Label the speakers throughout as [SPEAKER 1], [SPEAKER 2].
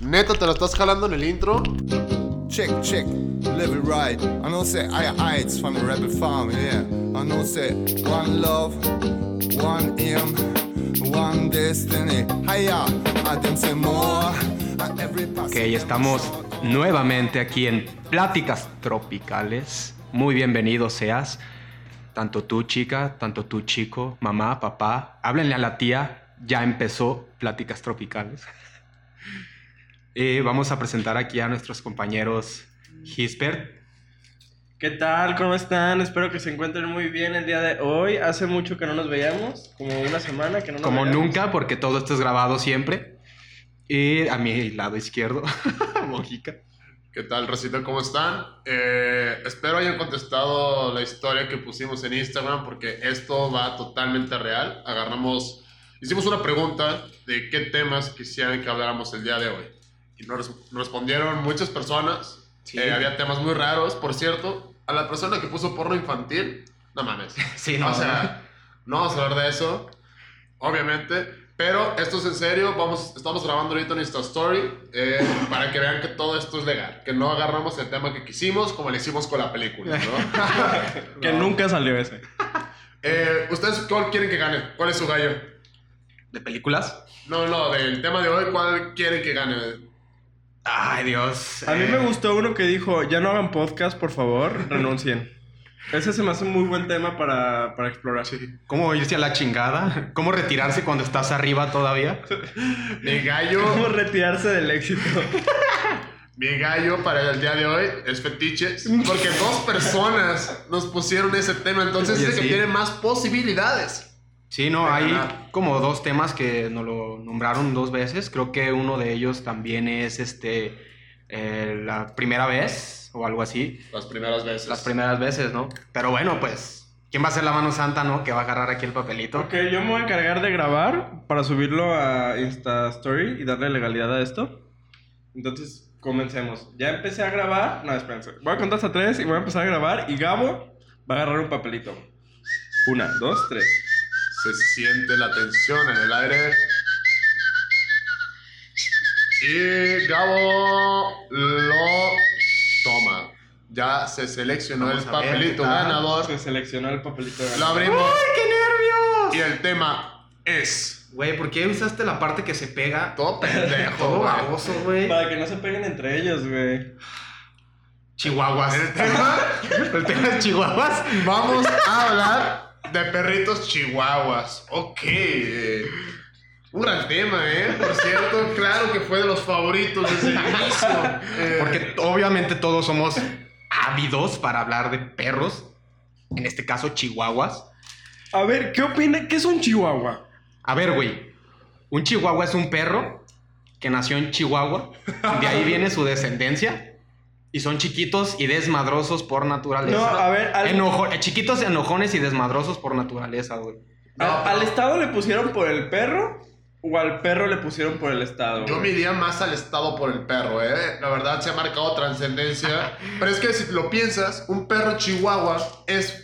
[SPEAKER 1] Neta, te la estás jalando en el intro.
[SPEAKER 2] Check, check, live it right. I know say I heights from a rebel farm, yeah. I know say one love, one aim, one destiny. Hiya, I them say more. at every
[SPEAKER 3] Ok,
[SPEAKER 2] passing
[SPEAKER 3] estamos nuevamente aquí en Pláticas Tropicales. Muy bienvenido seas, tanto tú chica, tanto tú chico, mamá, papá. Háblenle a la tía, ya empezó Pláticas Tropicales. Eh, vamos a presentar aquí a nuestros compañeros Gispert.
[SPEAKER 4] ¿Qué tal? ¿Cómo están? Espero que se encuentren muy bien el día de hoy. Hace mucho que no nos veíamos, como una semana que no nos
[SPEAKER 3] como
[SPEAKER 4] veíamos.
[SPEAKER 3] nunca, porque todo esto es grabado siempre. Y a mi lado izquierdo, Mojica.
[SPEAKER 1] ¿Qué tal, Rosita? ¿Cómo están? Eh, espero hayan contestado la historia que pusimos en Instagram porque esto va totalmente real. Agarramos, hicimos una pregunta de qué temas quisieran que habláramos el día de hoy. Y nos res- nos respondieron muchas personas.
[SPEAKER 3] Sí.
[SPEAKER 1] Eh, había temas muy raros, por cierto. A la persona que puso porno infantil, no mames.
[SPEAKER 3] Sí,
[SPEAKER 1] O sea, no vamos a hablar de eso, obviamente. Pero esto es en serio. Vamos, estamos grabando ahorita nuestra story eh, para que vean que todo esto es legal. Que no agarramos el tema que quisimos como lo hicimos con la película, ¿no?
[SPEAKER 4] Que nunca salió ese.
[SPEAKER 1] Eh, ¿Ustedes cuál quieren que gane? ¿Cuál es su gallo?
[SPEAKER 3] ¿De películas?
[SPEAKER 1] No, no, del tema de hoy, ¿cuál quieren que gane?
[SPEAKER 3] Ay, Dios.
[SPEAKER 4] A mí
[SPEAKER 3] eh,
[SPEAKER 4] me gustó uno que dijo, ya no hagan podcast, por favor, renuncien. Ese se me hace un muy buen tema para, para explorar.
[SPEAKER 3] ¿Cómo irse a la chingada? ¿Cómo retirarse cuando estás arriba todavía?
[SPEAKER 1] Mi
[SPEAKER 4] ¿Cómo
[SPEAKER 1] gallo,
[SPEAKER 4] retirarse del éxito?
[SPEAKER 1] mi gallo para el día de hoy es fetiches. Porque dos personas nos pusieron ese tema, entonces
[SPEAKER 3] Oye,
[SPEAKER 1] es el que
[SPEAKER 3] sí.
[SPEAKER 1] tiene más posibilidades.
[SPEAKER 3] Sí, no, hay
[SPEAKER 1] Ajá.
[SPEAKER 3] como dos temas que nos lo nombraron dos veces. Creo que uno de ellos también es este eh, la primera vez o algo así.
[SPEAKER 1] Las primeras veces.
[SPEAKER 3] Las primeras veces, ¿no? Pero bueno, pues, ¿quién va a ser la mano santa, no? Que va a agarrar aquí el papelito.
[SPEAKER 4] ok, yo me voy a encargar de grabar para subirlo a Insta Story y darle legalidad a esto. Entonces, comencemos. Ya empecé a grabar. No, espérense. Voy a contar hasta tres y voy a empezar a grabar. Y Gabo va a agarrar un papelito. Una, dos, tres.
[SPEAKER 1] Se siente la tensión en el aire. Y Gabo lo toma. Ya se seleccionó
[SPEAKER 3] Vamos
[SPEAKER 1] el
[SPEAKER 3] a ver
[SPEAKER 1] papelito
[SPEAKER 3] qué tal.
[SPEAKER 1] ganador.
[SPEAKER 4] Se seleccionó el papelito.
[SPEAKER 1] Lo abrimos
[SPEAKER 3] ¡Ay, qué
[SPEAKER 1] y
[SPEAKER 3] nervios!
[SPEAKER 1] el tema es
[SPEAKER 3] Güey, ¿por qué usaste la parte que se pega?
[SPEAKER 1] todo
[SPEAKER 3] Todo
[SPEAKER 1] pendejo. güey.
[SPEAKER 3] baboso, güey.
[SPEAKER 4] Para que no se peguen entre ellos, güey.
[SPEAKER 3] Chihuahuas.
[SPEAKER 1] El tema,
[SPEAKER 3] El tema de Chihuahuas.
[SPEAKER 1] vamos a hablar de perritos chihuahuas. Ok. eh, Un gran tema, ¿eh? Por cierto, claro que fue de los favoritos desde el inicio. Eh,
[SPEAKER 3] Porque obviamente todos somos ávidos para hablar de perros, en este caso chihuahuas.
[SPEAKER 4] A ver, ¿qué opina? ¿Qué es un chihuahua?
[SPEAKER 3] A ver, güey, un chihuahua es un perro que nació en Chihuahua, de ahí viene su descendencia, y son chiquitos y desmadrosos por naturaleza.
[SPEAKER 4] No, a ver, al,
[SPEAKER 3] Enojo- eh, chiquitos, enojones y desmadrosos por naturaleza, güey.
[SPEAKER 4] al- al estado le pusieron por el perro o al perro le pusieron por el estado.
[SPEAKER 1] Yo me
[SPEAKER 4] güey?
[SPEAKER 1] iría más al estado por el perro, ¿eh? La verdad se ha marcado trascendencia. Pero es que si lo piensas, un perro chihuahua es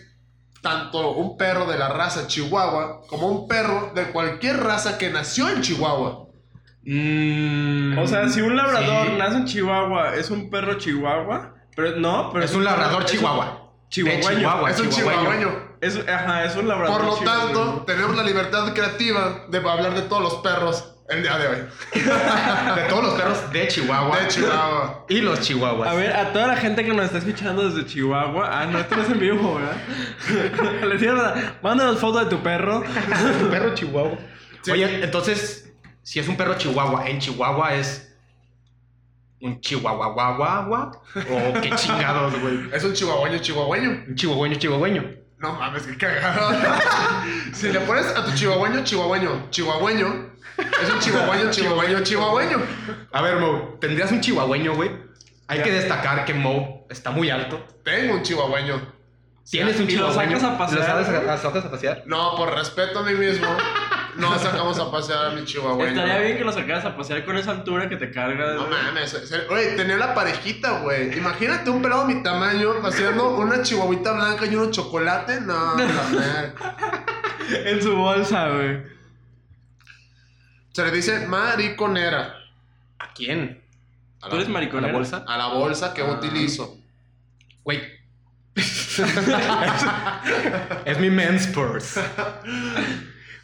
[SPEAKER 1] tanto un perro de la raza chihuahua como un perro de cualquier raza que nació en Chihuahua.
[SPEAKER 3] Mm,
[SPEAKER 4] O sea, si un labrador
[SPEAKER 3] sí.
[SPEAKER 4] nace en Chihuahua, es un perro chihuahua, pero no, pero
[SPEAKER 3] es un labrador
[SPEAKER 4] es un-
[SPEAKER 3] chihuahua.
[SPEAKER 4] Chihuahueño.
[SPEAKER 3] De Chihuahua,
[SPEAKER 1] es un
[SPEAKER 3] chihuahueño.
[SPEAKER 1] chihuahueño.
[SPEAKER 4] Es, ajá, es un labrador
[SPEAKER 1] Por lo
[SPEAKER 4] chihuahueño.
[SPEAKER 1] tanto, tenemos la libertad creativa de hablar de todos los perros el día de hoy.
[SPEAKER 3] De todos los perros de Chihuahua.
[SPEAKER 1] De Chihuahua.
[SPEAKER 3] Y los chihuahuas.
[SPEAKER 4] A ver, a toda la gente que nos está escuchando desde Chihuahua, ah, no, esto no es en vivo, ¿verdad? Le dieron la- mándanos foto de tu perro.
[SPEAKER 3] Un perro chihuahua.
[SPEAKER 1] Sí.
[SPEAKER 3] Oye, entonces, si es un perro chihuahua, en Chihuahua es un chihuahua o qué chingados, güey.
[SPEAKER 1] Es un chihuahueño chihuahueño.
[SPEAKER 3] Un chihuahueño chihuahueño.
[SPEAKER 1] No mames, qué cagado. si le pones a tu chihuahueño, chihuahueño, chihuahueño, es un chihuahueño, chihuahueño, chihuahueño.
[SPEAKER 3] A ver, Mo, ¿tendrías un chihuahueño, güey? Hay que destacar que Mo está muy alto.
[SPEAKER 1] Tengo un chihuahueño.
[SPEAKER 3] Tienes un
[SPEAKER 4] Y lo
[SPEAKER 3] chihuahueño.
[SPEAKER 4] sacas a pasear,
[SPEAKER 3] sacas a-
[SPEAKER 4] güey.
[SPEAKER 3] a- sacas a pasear?
[SPEAKER 1] No, por respeto a mí mismo, no sacamos a pasear a mi chihuahueño.
[SPEAKER 4] Estaría bien que lo sacaras a pasear con esa altura que te carga.
[SPEAKER 1] No
[SPEAKER 4] güey.
[SPEAKER 1] mames, se- oye, tenía la parejita, güey. Imagínate un pelado de mi tamaño paseando una chihuahuita blanca y uno chocolate. No, mames.
[SPEAKER 4] en su bolsa, güey.
[SPEAKER 1] Se le dice mariconera.
[SPEAKER 3] ¿A quién?
[SPEAKER 1] A
[SPEAKER 4] Tú eres maricón.
[SPEAKER 3] ¿A la bolsa?
[SPEAKER 1] A la bolsa que
[SPEAKER 4] Ah.
[SPEAKER 1] utilizo.
[SPEAKER 3] Güey,
[SPEAKER 5] Es mi men's purse.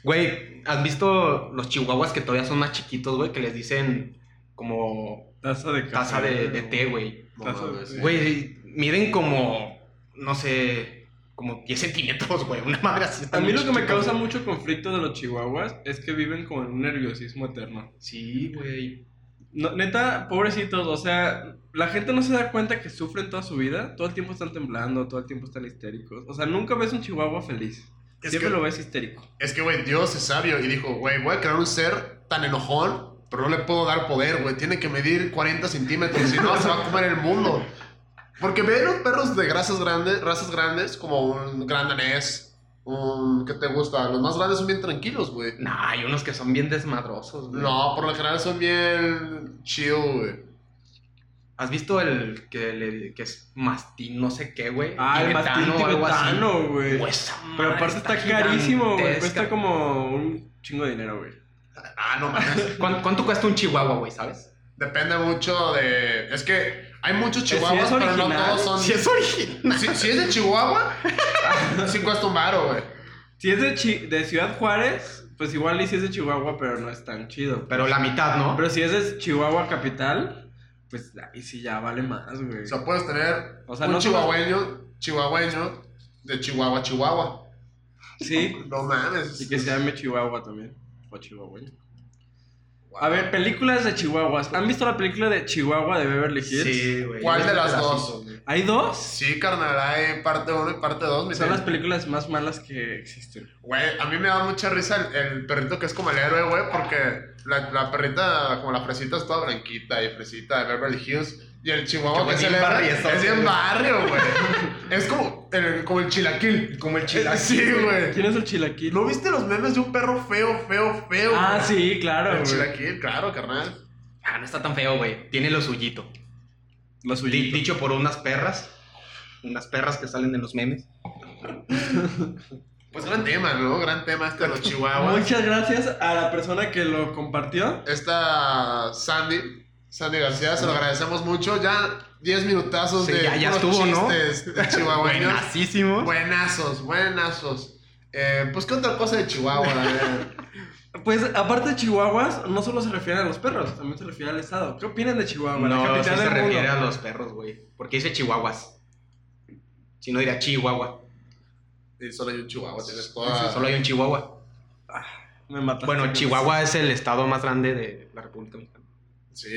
[SPEAKER 3] güey, ¿has visto los chihuahuas que todavía son más chiquitos, güey? Que les dicen como
[SPEAKER 4] Taza de café.
[SPEAKER 3] taza de, de té, güey.
[SPEAKER 1] No
[SPEAKER 4] Tazo de
[SPEAKER 1] mames.
[SPEAKER 4] té.
[SPEAKER 3] Güey, miden como, no sé, como 10 centímetros, güey. Una madre así.
[SPEAKER 4] A
[SPEAKER 3] están
[SPEAKER 4] mí
[SPEAKER 3] muy
[SPEAKER 4] lo que me
[SPEAKER 3] chiquitos,
[SPEAKER 4] causa
[SPEAKER 3] güey.
[SPEAKER 4] mucho conflicto de los chihuahuas es que viven como en un nerviosismo eterno.
[SPEAKER 3] Sí, güey.
[SPEAKER 4] No, neta, pobrecitos, o sea, la gente no se da cuenta que sufren toda su vida. Todo el tiempo están temblando, todo el tiempo están histéricos. O sea, nunca ves un chihuahua feliz.
[SPEAKER 1] Es
[SPEAKER 4] Siempre
[SPEAKER 1] que-
[SPEAKER 4] lo ves histérico.
[SPEAKER 1] Es que, güey, Dios es sabio y dijo, güey, voy a crear un ser tan enojón, pero no le puedo dar poder, güey. Tiene que medir 40 centímetros, si no, se va a comer el mundo. Porque ve los perros de razas grandes, razas grandes como un gran danés, un... ¿Qué te gusta? Los más grandes son bien tranquilos, güey.
[SPEAKER 3] No, hay unos que son bien desmadrosos, güey.
[SPEAKER 1] No, por lo general son bien chill, güey.
[SPEAKER 3] ¿Has visto el que, le, que es mastín, no sé qué, güey?
[SPEAKER 4] Ah, el mastín
[SPEAKER 3] Tibetano o algo así.
[SPEAKER 4] tibetano, güey.
[SPEAKER 3] Oh, esa
[SPEAKER 4] Pero
[SPEAKER 3] madre
[SPEAKER 4] aparte está, carísimo, güey.
[SPEAKER 3] gigantesca.
[SPEAKER 4] Cuesta como un chingo de dinero, güey.
[SPEAKER 1] Ah, no mames.
[SPEAKER 3] ¿Cuán- ¿Cuánto cuesta un chihuahua, güey, sabes?
[SPEAKER 1] Depende mucho de... Es que hay muchos
[SPEAKER 4] si es
[SPEAKER 1] chihuahuas, pero no
[SPEAKER 4] original,
[SPEAKER 1] todos son...
[SPEAKER 3] Si es original.
[SPEAKER 1] Si, si es de Chihuahua, sí cuesta un varo, güey.
[SPEAKER 4] Si es de, Chi- de Ciudad Juárez, pues igual y si es de Chihuahua, pero no es tan chido.
[SPEAKER 3] Pero la mitad, ¿no?
[SPEAKER 4] Pero si es de Chihuahua capital, pues ahí sí ya vale más, güey.
[SPEAKER 1] O sea, puedes tener
[SPEAKER 4] O sea,
[SPEAKER 1] un
[SPEAKER 4] no te-
[SPEAKER 1] chihuahueño, chihuahueño de Chihuahua, Chihuahua.
[SPEAKER 4] Sí.
[SPEAKER 1] No mames.
[SPEAKER 4] Y que se llame Chihuahua también. O chihuahueño. A ver, películas de Chihuahuas. ¿Han visto la película de Chihuahua de Beverly Hills?
[SPEAKER 3] güey.
[SPEAKER 1] ¿Cuál
[SPEAKER 3] Yo
[SPEAKER 1] de
[SPEAKER 3] te
[SPEAKER 1] las dos?
[SPEAKER 3] hizo, güey.
[SPEAKER 4] ¿Hay dos?
[SPEAKER 1] Sí, carnal, hay parte 1 y parte 2.
[SPEAKER 4] Son las películas más malas que existen.
[SPEAKER 1] Güey, a mí me da mucha risa el, el perrito que es como el héroe, güey, porque la, la perrita, como la fresita, es toda blanquita y fresita de Beverly Hills. Y el chihuahua
[SPEAKER 3] Que
[SPEAKER 1] que es
[SPEAKER 3] bien
[SPEAKER 1] el héroe
[SPEAKER 3] barrioso,
[SPEAKER 1] es bien
[SPEAKER 3] güey.
[SPEAKER 1] barrio, güey. es como el, como el chilaquil.
[SPEAKER 3] Como el
[SPEAKER 1] Sí, güey.
[SPEAKER 4] ¿Quién es el chilaquil?
[SPEAKER 1] ¿No viste los memes de un perro feo, feo, feo?
[SPEAKER 4] Ah,
[SPEAKER 1] güey?
[SPEAKER 4] sí, claro,
[SPEAKER 1] El
[SPEAKER 4] güey.
[SPEAKER 1] chilaquil, claro, carnal.
[SPEAKER 3] Ah, no está tan feo, güey. Tiene lo suyito.
[SPEAKER 4] Lo
[SPEAKER 3] Di-
[SPEAKER 4] suyito.
[SPEAKER 3] Dicho por unas perras. Unas perras que salen de los memes.
[SPEAKER 1] Pues gran tema, ¿no? Gran tema este de los chihuahuas.
[SPEAKER 4] Muchas gracias a la persona que lo compartió.
[SPEAKER 1] Esta Sandy, Sandy García, se lo agradecemos mucho. Ya 10 minutazos
[SPEAKER 3] Sí,
[SPEAKER 1] de
[SPEAKER 3] ya- ya
[SPEAKER 1] puros
[SPEAKER 3] estuvo, ¿no?
[SPEAKER 1] chistes de chihuahueños.
[SPEAKER 3] Buenasísimo.
[SPEAKER 1] Buenazos, buenazos. Eh, pues, ¿qué otra cosa de Chihuahua? la verdad?
[SPEAKER 4] Pues, aparte de Chihuahuas, no solo se refiere a los perros, también se refiere al Estado. ¿Qué opinan de Chihuahua? la
[SPEAKER 3] No,
[SPEAKER 4] capital
[SPEAKER 3] sí
[SPEAKER 4] del
[SPEAKER 3] se
[SPEAKER 4] mundo?
[SPEAKER 3] refiere a los perros, güey. Porque dice chihuahuas. Si no dirá chihuahua.
[SPEAKER 1] y solo hay un Chihuahua, tienes
[SPEAKER 3] Sí,
[SPEAKER 1] toda.
[SPEAKER 3] Solo hay un chihuahua.
[SPEAKER 4] Me mataste.
[SPEAKER 3] Bueno, Chihuahua es el estado más grande de la República Mexicana.
[SPEAKER 1] Sí,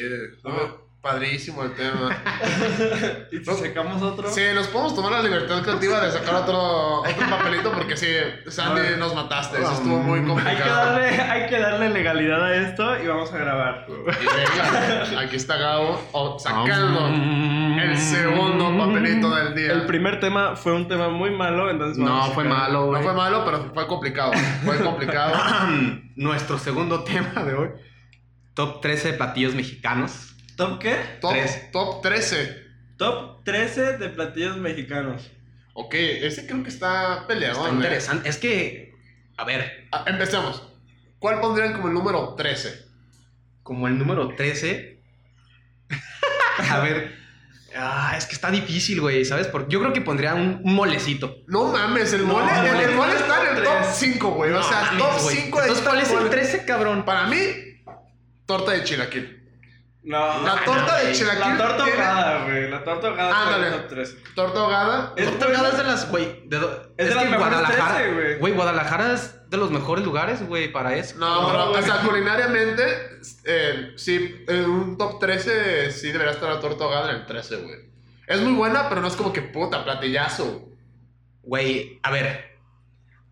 [SPEAKER 1] no, padrísimo el tema.
[SPEAKER 4] ¿Y si sacamos otro?
[SPEAKER 1] Sí, nos podemos tomar la libertad creativa de sacar otro, otro papelito porque sí, Sandy,
[SPEAKER 4] Bueno.
[SPEAKER 1] nos mataste. Eso estuvo muy complicado.
[SPEAKER 4] Hay que, darle, hay que darle legalidad a esto y vamos a grabar.
[SPEAKER 1] Y venga, aquí está Gabo Oh, o-
[SPEAKER 3] Ah, mm.
[SPEAKER 1] sacando el segundo papelito del día.
[SPEAKER 4] El primer tema fue un tema muy malo, entonces. vamos
[SPEAKER 3] No,
[SPEAKER 4] a
[SPEAKER 3] fue
[SPEAKER 4] sacar-
[SPEAKER 3] malo,
[SPEAKER 1] No
[SPEAKER 3] güey.
[SPEAKER 1] fue malo, pero fue complicado. Fue complicado.
[SPEAKER 3] Nuestro segundo tema de hoy. Top 13 platillos mexicanos.
[SPEAKER 4] ¿Top qué?
[SPEAKER 1] Top,
[SPEAKER 3] Tres.
[SPEAKER 1] top 13.
[SPEAKER 4] Top 13 de platillos mexicanos.
[SPEAKER 1] Ok, ese creo que está peleado. Ah,
[SPEAKER 3] Está interesante. Es que, a ver,
[SPEAKER 1] empecemos. ¿Cuál pondrían como el número 13?
[SPEAKER 3] como el número 13. a ver. ah, es que está difícil, güey, ¿sabes? Porque yo creo que pondría un, un molecito.
[SPEAKER 1] No mames, el mole,
[SPEAKER 4] No,
[SPEAKER 1] el, el
[SPEAKER 4] güey.
[SPEAKER 1] mole está en el top
[SPEAKER 4] Tres.
[SPEAKER 1] 5, güey. O sea,
[SPEAKER 3] mames,
[SPEAKER 1] top
[SPEAKER 3] güey.
[SPEAKER 1] 5
[SPEAKER 3] Entonces, ¿cuál es el 13, cabrón?
[SPEAKER 1] Para mí, torta de chilaquil.
[SPEAKER 4] Ah, No.
[SPEAKER 1] La torta de
[SPEAKER 3] güey.
[SPEAKER 1] chilaquil.
[SPEAKER 4] La torta
[SPEAKER 1] tiene-
[SPEAKER 4] ahogada, güey. La torta ahogada está en el
[SPEAKER 1] Ándale.
[SPEAKER 4] top 13.
[SPEAKER 1] Torta ahogada.
[SPEAKER 4] Es
[SPEAKER 3] Torta ahogada es de las, güey. de do-
[SPEAKER 4] Es de las mejores 13, güey.
[SPEAKER 3] Güey, Guadalajara es de los mejores lugares, güey, para eso.
[SPEAKER 1] No,
[SPEAKER 4] No,
[SPEAKER 1] pero,
[SPEAKER 4] güey.
[SPEAKER 1] o sea, culinariamente, eh, sí, en un top 13 sí debería estar la torta ahogada en el 13, güey. Es muy buena, pero no es como que puta, platillazo.
[SPEAKER 3] Güey, a ver.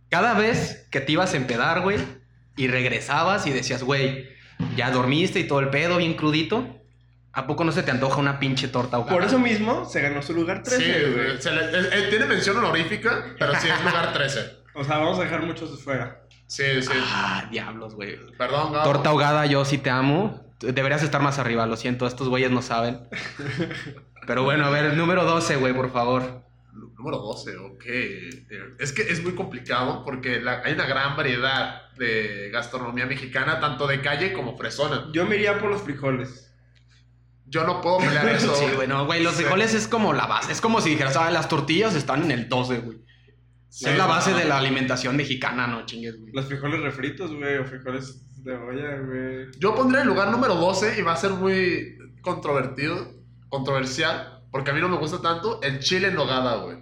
[SPEAKER 3] Cada vez que te ibas a empedar, güey, y regresabas y decías, güey, ya dormiste y todo el pedo bien crudito, ¿a poco no se te antoja una pinche torta ahogada?
[SPEAKER 4] Por eso mismo se ganó su lugar
[SPEAKER 1] Sí,
[SPEAKER 4] 13, güey.
[SPEAKER 1] güey. Se le- eh, eh, tiene mención honorífica, pero sí es lugar 13.
[SPEAKER 4] O sea, vamos a dejar muchos fuera.
[SPEAKER 1] Sí, sí.
[SPEAKER 3] Ah, diablos, güey.
[SPEAKER 1] Perdón, Gabo.
[SPEAKER 3] Torta ahogada, yo sí te amo. Tú Deberías estar más arriba, lo siento, estos güeyes no saben. Pero bueno, a ver, el número 12, güey, por favor.
[SPEAKER 1] Número 12, ok. Eh, Es que es muy complicado porque la- hay una gran variedad de gastronomía mexicana, tanto de calle como fresona.
[SPEAKER 4] Yo me iría por los frijoles.
[SPEAKER 1] Yo no puedo pelear eso.
[SPEAKER 3] Sí, güey, no, güey, los
[SPEAKER 1] Sí.
[SPEAKER 3] frijoles es como la base. Es como si dijeras, ah, las tortillas están en el 12, güey. es la base de la alimentación mexicana, no chingues, güey.
[SPEAKER 4] Los frijoles refritos, güey, o frijoles de olla, güey.
[SPEAKER 1] Yo pondré el lugar número 12 y va a ser muy controvertido, controversial, porque a mí no me gusta tanto el chile en nogada, güey.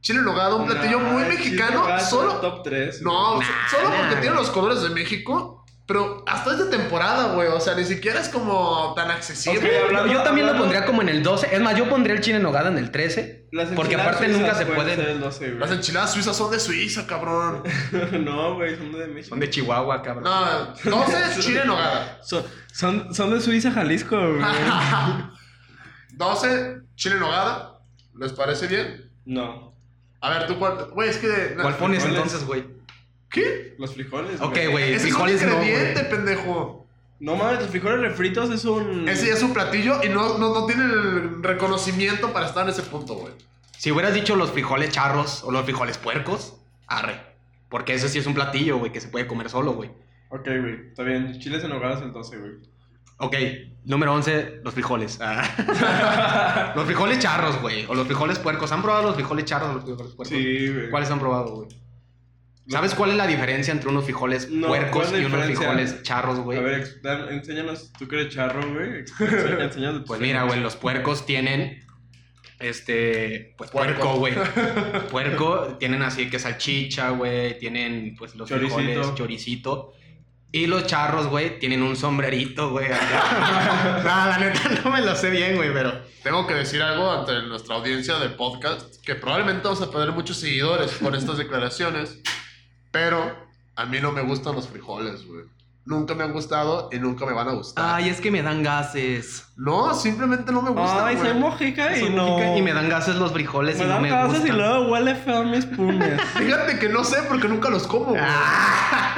[SPEAKER 1] Chile en nogada, un platillo muy
[SPEAKER 4] Nah,
[SPEAKER 1] mexicano,
[SPEAKER 4] chile va a ser
[SPEAKER 1] solo...
[SPEAKER 4] Top 3.
[SPEAKER 1] No,
[SPEAKER 3] Nah,
[SPEAKER 1] so- solo
[SPEAKER 3] nah,
[SPEAKER 1] porque tiene
[SPEAKER 3] güey.
[SPEAKER 1] los colores de México, pero hasta es de temporada, güey. O sea, ni siquiera es como tan accesible.
[SPEAKER 4] Ok, habla-
[SPEAKER 3] Yo también lo
[SPEAKER 4] hablando-
[SPEAKER 3] pondría como en el 12. Es más, yo pondría el chile en nogada en el 13. Porque aparte nunca se pueden.
[SPEAKER 4] No sé,
[SPEAKER 1] Las enchiladas suizas son de Suiza, cabrón.
[SPEAKER 4] güey. no, güey, son de México.
[SPEAKER 3] Son de Chihuahua, cabrón.
[SPEAKER 1] No, 12 es chile en nogada.
[SPEAKER 4] Son, son, son de Suiza, Jalisco, güey.
[SPEAKER 1] 12 chile en nogada. ¿Les parece bien?
[SPEAKER 4] no.
[SPEAKER 1] A ver, tú cuál. Güey, es que.
[SPEAKER 3] ¿Cuál pones
[SPEAKER 4] frijoles.
[SPEAKER 3] entonces, güey?
[SPEAKER 1] ¿Qué?
[SPEAKER 4] Los frijoles.
[SPEAKER 3] Ok, güey,
[SPEAKER 1] Ese es un
[SPEAKER 3] frijoles no, güey.
[SPEAKER 1] ingrediente, pendejo.
[SPEAKER 4] No mames, los frijoles refritos es un.
[SPEAKER 1] Ese ya es un platillo y no, no, no tiene el reconocimiento para estar en ese punto, güey.
[SPEAKER 3] Si hubieras dicho los frijoles charros o los frijoles puercos, arre. Porque eso sí es un platillo, güey, que se puede comer solo, güey.
[SPEAKER 4] Ok, güey, está bien. Chiles en hogadas entonces, güey.
[SPEAKER 3] Ok, número 11, los frijoles. Ah. los frijoles charros, güey. O los frijoles puercos. ¿Han probado los frijoles charros o los frijoles puercos?
[SPEAKER 4] Sí, güey.
[SPEAKER 3] ¿Cuáles han probado, güey? ¿Sabes cuál es la diferencia entre unos frijoles
[SPEAKER 4] No, ¿cuál
[SPEAKER 3] puercos
[SPEAKER 4] es la
[SPEAKER 3] y unos
[SPEAKER 4] diferencia?
[SPEAKER 3] frijoles charros,
[SPEAKER 4] A
[SPEAKER 3] güey?
[SPEAKER 4] ver, ex- da- enséñanos. Tú que eres charro, güey. ex- ense- Enséñanos.
[SPEAKER 3] Pues mira, güey, los puercos tienen. Este. Pues puerco,
[SPEAKER 1] Puerco.
[SPEAKER 3] güey. puerco, tienen así que salchicha, güey. Tienen, pues, los
[SPEAKER 4] Choricito.
[SPEAKER 3] frijoles, choricito. Y los charros, güey, tienen un sombrerito, güey. acá. no, la neta no me lo sé bien, güey, pero.
[SPEAKER 1] Tengo que decir algo ante nuestra audiencia de podcast, que probablemente vamos a perder muchos seguidores por estas declaraciones, pero a mí no me gustan los frijoles, güey. Nunca me han gustado y nunca me van a gustar.
[SPEAKER 3] Ay, es que me dan gases.
[SPEAKER 1] No, simplemente no me gustan,
[SPEAKER 4] Ay,
[SPEAKER 1] güey.
[SPEAKER 4] soy mojica y
[SPEAKER 3] Soy
[SPEAKER 4] no.
[SPEAKER 3] mojica Y me dan gases los frijoles
[SPEAKER 4] Me
[SPEAKER 3] y no
[SPEAKER 4] dan
[SPEAKER 3] me
[SPEAKER 4] gases y
[SPEAKER 3] gustan.
[SPEAKER 4] luego huele feo mis punes.
[SPEAKER 1] Fíjate que no sé porque nunca los como, güey.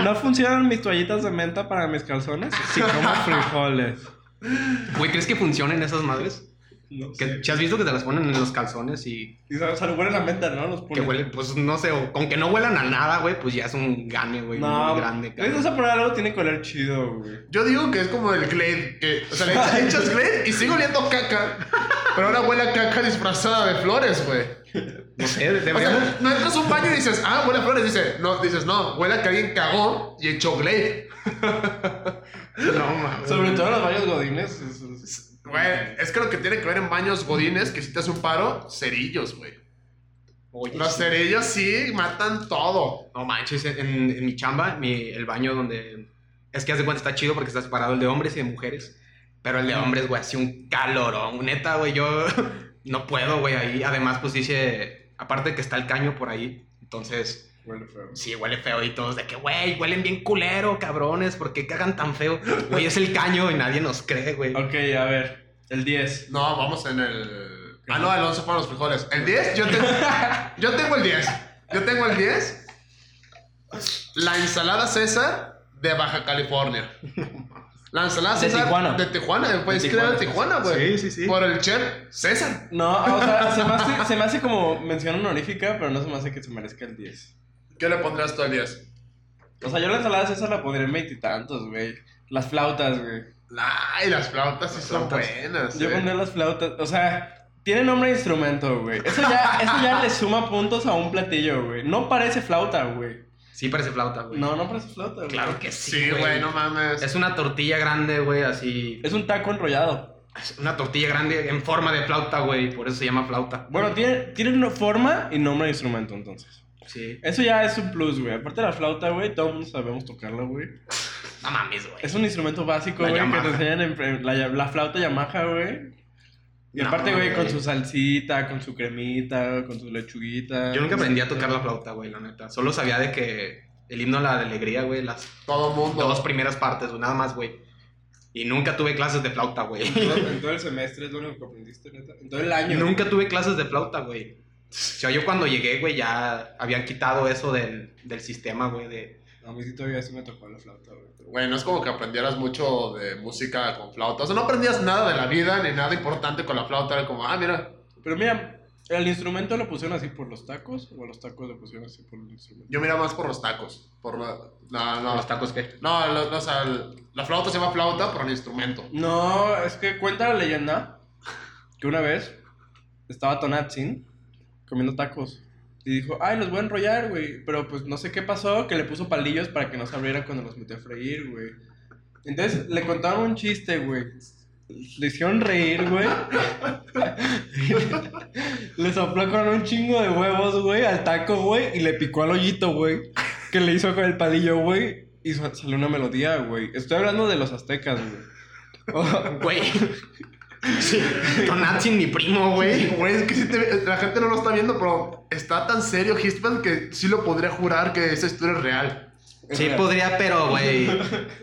[SPEAKER 4] ¿No funcionan mis toallitas de menta para mis calzones? Si como frijoles.
[SPEAKER 3] Güey, ¿crees que funcionen esas madres?
[SPEAKER 4] No
[SPEAKER 3] Que,
[SPEAKER 4] sé.
[SPEAKER 3] ¿sí has visto que te las ponen en los calzones y
[SPEAKER 4] Y sabe- o sea, huele la menta, ¿no? Los punes.
[SPEAKER 3] que huelen? Pues no sé, o con que no huelan a nada, güey, pues ya es un gane, güey,
[SPEAKER 4] No,
[SPEAKER 3] muy grande.
[SPEAKER 4] Eso
[SPEAKER 3] cabrón.
[SPEAKER 4] es a poner algo, tiene que oler chido, güey.
[SPEAKER 1] Yo digo que es como el Glade, que, o sea, le echas- le echas Glade y sigue oliendo caca, pero ahora huele a caca disfrazada de flores, güey.
[SPEAKER 3] No sé,
[SPEAKER 1] O
[SPEAKER 3] deberíamos...
[SPEAKER 1] sea, no entras a un baño y dices, ah, huele a flores, dice, no, dices, no, huele a que alguien cagó y echó Glade.
[SPEAKER 3] no, mames.
[SPEAKER 4] Sobre todo en los baños godines. es- es-
[SPEAKER 1] Güey, es que lo que tiene que ver en baños godines, que si te hace un paro, cerillos, güey.
[SPEAKER 3] Oye,
[SPEAKER 1] Los
[SPEAKER 3] sí.
[SPEAKER 1] cerillos sí matan todo.
[SPEAKER 3] No manches, en, en mi chamba, mi, el baño donde... Es que haz de cuenta está chido porque está separado el de hombres y de mujeres. Pero el de hombres, güey, hace un calorón. Neta, güey, yo no puedo, güey, ahí. Además, pues dice... Aparte que está el caño por ahí, entonces...
[SPEAKER 4] Huele feo.
[SPEAKER 3] Sí, huele feo y todos de que, güey, huelen bien culero, cabrones, ¿por qué cagan tan feo? Güey, es el caño y nadie nos cree, güey.
[SPEAKER 4] Ok, a ver. El 10.
[SPEAKER 1] No, vamos en el. Ah, no, el 11 fueron los frijoles. El 10, yo tengo. yo tengo el 10. Yo tengo el 10. La ensalada César de Baja California. La ensalada
[SPEAKER 4] De
[SPEAKER 1] César
[SPEAKER 4] Tijuana.
[SPEAKER 1] de Tijuana, el país
[SPEAKER 4] De
[SPEAKER 1] que era de
[SPEAKER 4] Tijuana.
[SPEAKER 1] Tijuana, güey.
[SPEAKER 3] Sí, sí, sí.
[SPEAKER 1] Por el chef César.
[SPEAKER 4] No, o sea, se me, hace, se me hace como mención honorífica, pero no se me hace que se merezca el 10.
[SPEAKER 1] ¿Qué le pondrías tú al 10?
[SPEAKER 4] O sea, yo la ensalada César la pondría en veintitantos, güey. Las flautas, güey.
[SPEAKER 1] Ay, las flautas sí son
[SPEAKER 3] flautas.
[SPEAKER 1] buenas.
[SPEAKER 4] Yo
[SPEAKER 1] eh.
[SPEAKER 4] pondría las flautas. O sea, tiene nombre de instrumento, güey. Eso ya, eso ya le suma puntos a un platillo, güey. No parece flauta, güey.
[SPEAKER 3] Sí parece flauta, güey.
[SPEAKER 4] No, no parece flauta, güey.
[SPEAKER 3] Claro que sí,
[SPEAKER 1] Sí, güey, no mames.
[SPEAKER 3] Es una tortilla grande, güey, así...
[SPEAKER 4] Es un taco enrollado.
[SPEAKER 3] Es una tortilla grande en forma de flauta, güey, por eso se llama flauta.
[SPEAKER 4] Bueno, tiene, tiene una forma y nombre de instrumento, entonces.
[SPEAKER 3] Sí.
[SPEAKER 4] Eso ya es un plus, güey. Aparte de la flauta, güey, todo el mundo sabemos tocarla, güey.
[SPEAKER 3] No mames, güey.
[SPEAKER 4] Es un instrumento básico,
[SPEAKER 3] La
[SPEAKER 4] güey, que
[SPEAKER 3] Yamaha.
[SPEAKER 4] te enseñan en, en la, la flauta Yamaha, güey. Y
[SPEAKER 3] No,
[SPEAKER 4] aparte, güey, con
[SPEAKER 3] güey.
[SPEAKER 4] su salsita, con su cremita, con su lechuguita.
[SPEAKER 3] Yo nunca aprendí a tocar la flauta, güey, la neta. Solo sabía de que el himno a la alegría, güey, las
[SPEAKER 1] Todo mundo.
[SPEAKER 3] dos primeras partes, güey, nada más, güey. Y nunca tuve clases de flauta, güey.
[SPEAKER 4] En todo- En todo el semestre es lo único que aprendiste, neta. En todo el año.
[SPEAKER 3] Nunca tuve clases de flauta, güey. O sea, yo cuando llegué, güey, ya habían quitado eso del, del sistema, güey, de...
[SPEAKER 4] A mí sí todavía sí me tocó la flauta, güey.
[SPEAKER 1] Güey, no es como que aprendieras mucho de música con flauta. O sea, no aprendías nada de la vida ni nada importante con la flauta. Era como, ah, mira.
[SPEAKER 4] Pero mira, ¿El instrumento lo pusieron así por los tacos o a los tacos lo pusieron así por el instrumento?
[SPEAKER 1] Yo miraba más por los tacos. Por la. No, no.
[SPEAKER 3] ¿Los tacos qué?
[SPEAKER 1] No, lo- no, o sea, el- la flauta se llama flauta por el instrumento.
[SPEAKER 4] No, es que cuenta la leyenda que una vez estaba Tonatzin comiendo tacos y dijo, ay, los voy a enrollar, güey. Pero pues no sé qué pasó, que le puso palillos para que no se abrieran cuando los metió a freír, güey. Entonces le contaron un chiste, güey. Le hicieron reír, güey. le sopló con un chingo de huevos, güey, al taco, güey, y le picó al hoyito, güey. Que le hizo con el palillo, güey. Y sa- salió una melodía, güey. Estoy hablando de los aztecas, güey. Oh,
[SPEAKER 3] Güey. Tonatzin, mi primo, güey.
[SPEAKER 1] Güey, es que sí te- la gente no lo está viendo, pero está tan serio Hispan que sí lo podría jurar que esa historia es real.
[SPEAKER 3] Sí, pues. podría, pero, güey.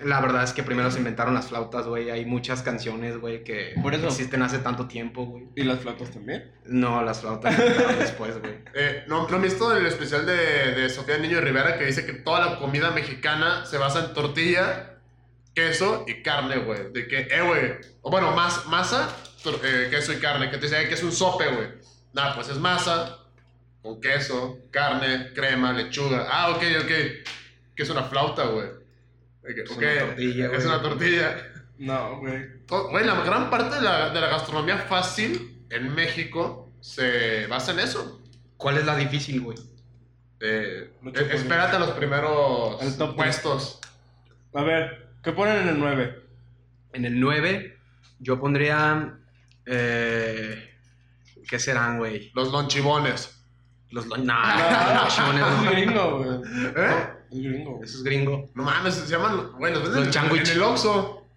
[SPEAKER 3] La verdad es que primero se inventaron las flautas, güey. Hay muchas canciones, güey, que
[SPEAKER 4] Por eso.
[SPEAKER 3] existen hace tanto tiempo, güey.
[SPEAKER 4] ¿Y las flautas también?
[SPEAKER 3] No, las flautas se inventaron después, güey.
[SPEAKER 1] Eh, no, ¿no han visto el especial de, de Sofía Niño de Rivera que dice que toda la comida mexicana se basa en tortilla, queso y carne, güey? De que, eh, güey. O bueno, más, masa, tor- eh, queso y carne. Que te dice eh, que es un sope, güey. Nada, pues es masa con queso, carne, crema, lechuga. Ah, ok, ok. Que es una flauta, güey. De que,
[SPEAKER 3] Es
[SPEAKER 1] ok,
[SPEAKER 3] una tortilla,
[SPEAKER 1] Es
[SPEAKER 3] güey.
[SPEAKER 1] una tortilla.
[SPEAKER 4] No, güey.
[SPEAKER 1] Todo- Güey, la gran parte de la, de la gastronomía fácil en México se basa en eso.
[SPEAKER 3] ¿Cuál es la difícil, güey?
[SPEAKER 1] Eh,
[SPEAKER 4] Mucho
[SPEAKER 1] eh, espérate a los primeros
[SPEAKER 4] Al top
[SPEAKER 1] puestos.
[SPEAKER 4] A ver, ¿qué ponen en el 9?
[SPEAKER 3] En el 9, yo pondría. eh, ¿Qué serán, güey?
[SPEAKER 1] Los lonchibones.
[SPEAKER 3] Los. lo- Nah, los chibones,
[SPEAKER 4] es
[SPEAKER 3] no.
[SPEAKER 4] gringo, güey.
[SPEAKER 1] ¿Eh?
[SPEAKER 4] Es gringo, güey.
[SPEAKER 3] Eso es gringo.
[SPEAKER 1] No mames, se llaman. Güey, los venden
[SPEAKER 3] Los
[SPEAKER 1] en
[SPEAKER 3] changuich.
[SPEAKER 1] el Oxxo.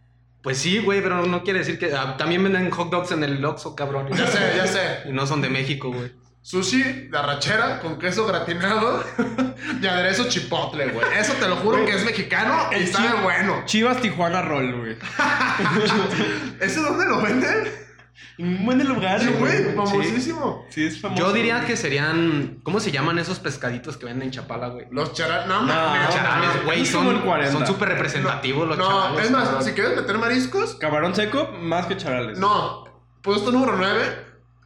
[SPEAKER 3] Pues sí, güey, pero no quiere decir que. ah, también venden hot dogs en el Oxxo, cabrón.
[SPEAKER 1] Ya sé, ya sé.
[SPEAKER 3] Y no son de México, güey.
[SPEAKER 1] Sushi de arrachera con queso gratinado y aderezo chipotle, güey. Eso te lo juro que es mexicano y
[SPEAKER 4] el
[SPEAKER 1] sabe
[SPEAKER 4] chi-
[SPEAKER 1] bueno.
[SPEAKER 4] Chivas Tijuana Roll, güey.
[SPEAKER 1] ¿Eso dónde lo venden?
[SPEAKER 4] Un buen lugar,
[SPEAKER 1] Sí, güey,
[SPEAKER 4] güey.
[SPEAKER 1] famosísimo.
[SPEAKER 4] Sí, es famoso.
[SPEAKER 3] Yo diría que serían. ¿Cómo se llaman esos pescaditos que venden en Chapala, güey?
[SPEAKER 1] Los charales. Ah, No,
[SPEAKER 4] No,
[SPEAKER 1] mames,
[SPEAKER 4] no,
[SPEAKER 1] charales,
[SPEAKER 3] Charales,
[SPEAKER 1] güey.
[SPEAKER 3] güey,
[SPEAKER 4] es como
[SPEAKER 3] son
[SPEAKER 4] el 40.
[SPEAKER 3] son súper representativos los
[SPEAKER 1] No,
[SPEAKER 3] charales.
[SPEAKER 1] es más,
[SPEAKER 3] cabrón.
[SPEAKER 1] si quieres meter mariscos,
[SPEAKER 4] Camarón seco, más que charales.
[SPEAKER 1] No, puesto número 9,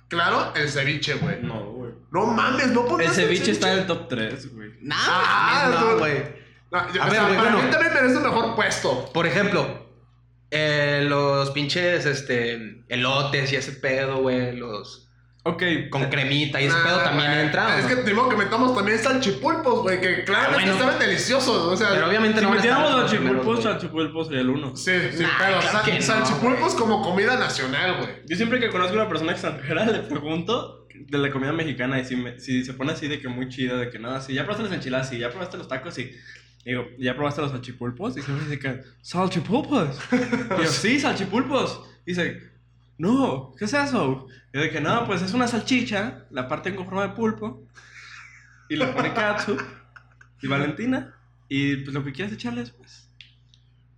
[SPEAKER 1] claro, el ceviche, güey.
[SPEAKER 4] No, güey.
[SPEAKER 1] No mames, no
[SPEAKER 4] Mm. El
[SPEAKER 1] pondrás
[SPEAKER 4] ceviche está en el top 3, güey.
[SPEAKER 3] Nah,
[SPEAKER 1] Ah,
[SPEAKER 3] mames, no,
[SPEAKER 1] tú-
[SPEAKER 3] güey.
[SPEAKER 1] No, yo-
[SPEAKER 3] A
[SPEAKER 1] o
[SPEAKER 3] ver,
[SPEAKER 1] sea,
[SPEAKER 3] güey,
[SPEAKER 1] para
[SPEAKER 3] bueno.
[SPEAKER 1] mí también merece un mejor puesto.
[SPEAKER 3] Por ejemplo, eh, los pinches este, elotes y ese pedo, güey. Los.
[SPEAKER 4] Ok. eh,
[SPEAKER 3] Con cremita y ese
[SPEAKER 1] Nah,
[SPEAKER 3] pedo también
[SPEAKER 1] Ah, güey.
[SPEAKER 3] entra. ¿o
[SPEAKER 1] Es
[SPEAKER 3] no?
[SPEAKER 1] que digo que metamos también salchipulpos, güey, que claro,
[SPEAKER 3] bueno.
[SPEAKER 1] saben deliciosos. O sea,
[SPEAKER 3] Pero obviamente
[SPEAKER 4] Si
[SPEAKER 3] no van a estar
[SPEAKER 4] metiéramos los
[SPEAKER 3] los primeros,
[SPEAKER 4] chipulpos,
[SPEAKER 3] güey.
[SPEAKER 4] chachipulpos sería el 1.
[SPEAKER 1] sí, sí,
[SPEAKER 3] Nah,
[SPEAKER 1] pero
[SPEAKER 3] claro
[SPEAKER 1] sal-
[SPEAKER 3] que no,
[SPEAKER 1] salchipulpos como comida nacional, güey.
[SPEAKER 4] Yo siempre que conozco a una persona extranjera le pregunto de la comida mexicana y si, me- si se pone así de que muy chida, de que nada, si ya probaste las enchiladas, si ya probaste los tacos, y digo, ¿ya probaste los salchipulpos? Y siempre dice que, ¿salchipulpos? Y yo, sí, salchipulpos. Y dice, no, ¿qué es eso? Y yo de que, no, pues es una salchicha, la parte con forma de pulpo, y le pone katsu y valentina, y pues lo que quieras echarles, pues.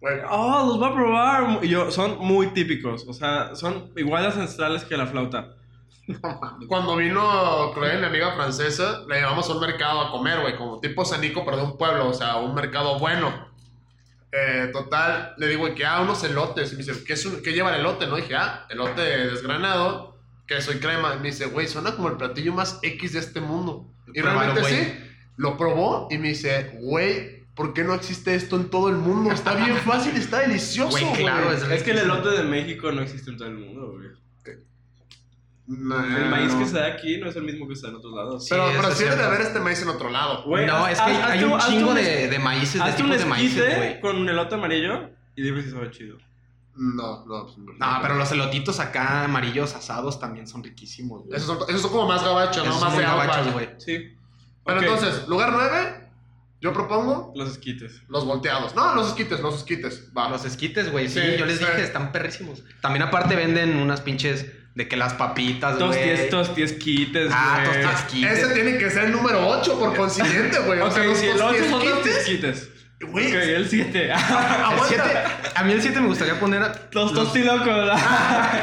[SPEAKER 1] Güey,
[SPEAKER 4] Oh, los va a probar. Y yo, son muy típicos. O sea, son igual de ancestrales que la flauta.
[SPEAKER 1] Cuando vino Chloe, mi amiga francesa, la llevamos a un mercado a comer, güey, como tipo Sanico, pero de un pueblo, o sea, un mercado bueno. Eh, total, le digo, que ah, unos elotes. Y me dice, ¿qué, es un- qué lleva el elote? No, dije, ah, elote desgranado, queso y crema. Y me dice, güey, suena como el platillo más X de este mundo. Y
[SPEAKER 3] Pruébalo,
[SPEAKER 1] realmente
[SPEAKER 3] güey.
[SPEAKER 1] sí, lo probó y me dice, güey, ¿por qué no existe esto en todo el mundo? Está bien fácil, está delicioso.
[SPEAKER 3] Güey, claro, es,
[SPEAKER 4] Es que el elote de México no existe en todo el mundo, güey.
[SPEAKER 1] Nah,
[SPEAKER 3] Ah,
[SPEAKER 4] El maíz
[SPEAKER 1] no.
[SPEAKER 4] que se da aquí no es el mismo que se da en otros lados.
[SPEAKER 3] Sí,
[SPEAKER 1] Pero,
[SPEAKER 3] eso
[SPEAKER 1] pero
[SPEAKER 3] es
[SPEAKER 1] sí debe de
[SPEAKER 3] cierto.
[SPEAKER 1] haber este maíz en otro lado.
[SPEAKER 4] Güey,
[SPEAKER 3] no,
[SPEAKER 4] haz-
[SPEAKER 3] es que
[SPEAKER 4] haz-
[SPEAKER 3] hay
[SPEAKER 4] hazte
[SPEAKER 3] un
[SPEAKER 4] hazte
[SPEAKER 3] chingo
[SPEAKER 4] un-
[SPEAKER 3] de, de maíces, de
[SPEAKER 4] Hazte un
[SPEAKER 3] tipos de maíces, güey.
[SPEAKER 4] esquite con un elote amarillo y dime si sabe chido.
[SPEAKER 1] No, no. pues,
[SPEAKER 3] No, pero los elotitos acá amarillos asados también son riquísimos, güey.
[SPEAKER 1] Esos son, esos son como más gabachos, ¿no?
[SPEAKER 3] Esos
[SPEAKER 1] Más
[SPEAKER 3] son
[SPEAKER 1] de
[SPEAKER 3] muy
[SPEAKER 1] agua.
[SPEAKER 3] gabachos, güey.
[SPEAKER 4] Sí.
[SPEAKER 1] Pero
[SPEAKER 4] Ok,
[SPEAKER 1] entonces, lugar 9, yo propongo
[SPEAKER 4] Los esquites.
[SPEAKER 1] los volteados. No, los esquites, los esquites. Va.
[SPEAKER 3] Los esquites, güey. Sí,
[SPEAKER 1] Sí,
[SPEAKER 3] yo les
[SPEAKER 1] sí.
[SPEAKER 3] dije, están perrísimos. También aparte venden unas pinches de que las papitas,
[SPEAKER 4] Tosties,
[SPEAKER 3] Pues, güey.
[SPEAKER 4] tosties, quites.
[SPEAKER 3] Ah,
[SPEAKER 4] güey.
[SPEAKER 3] tosties, esquites.
[SPEAKER 1] Ese tiene que ser el número 8 por consiguiente, güey.
[SPEAKER 4] Ok,
[SPEAKER 1] o sea, los
[SPEAKER 4] si el
[SPEAKER 1] dos
[SPEAKER 4] 8 son
[SPEAKER 1] esquites,
[SPEAKER 4] tosties, quites.
[SPEAKER 1] Güey,
[SPEAKER 4] Ok, el 7.
[SPEAKER 3] El
[SPEAKER 1] aguanta.
[SPEAKER 3] siete- a mí el 7 me gustaría poner a-
[SPEAKER 4] Los tostilocos.
[SPEAKER 3] Ah,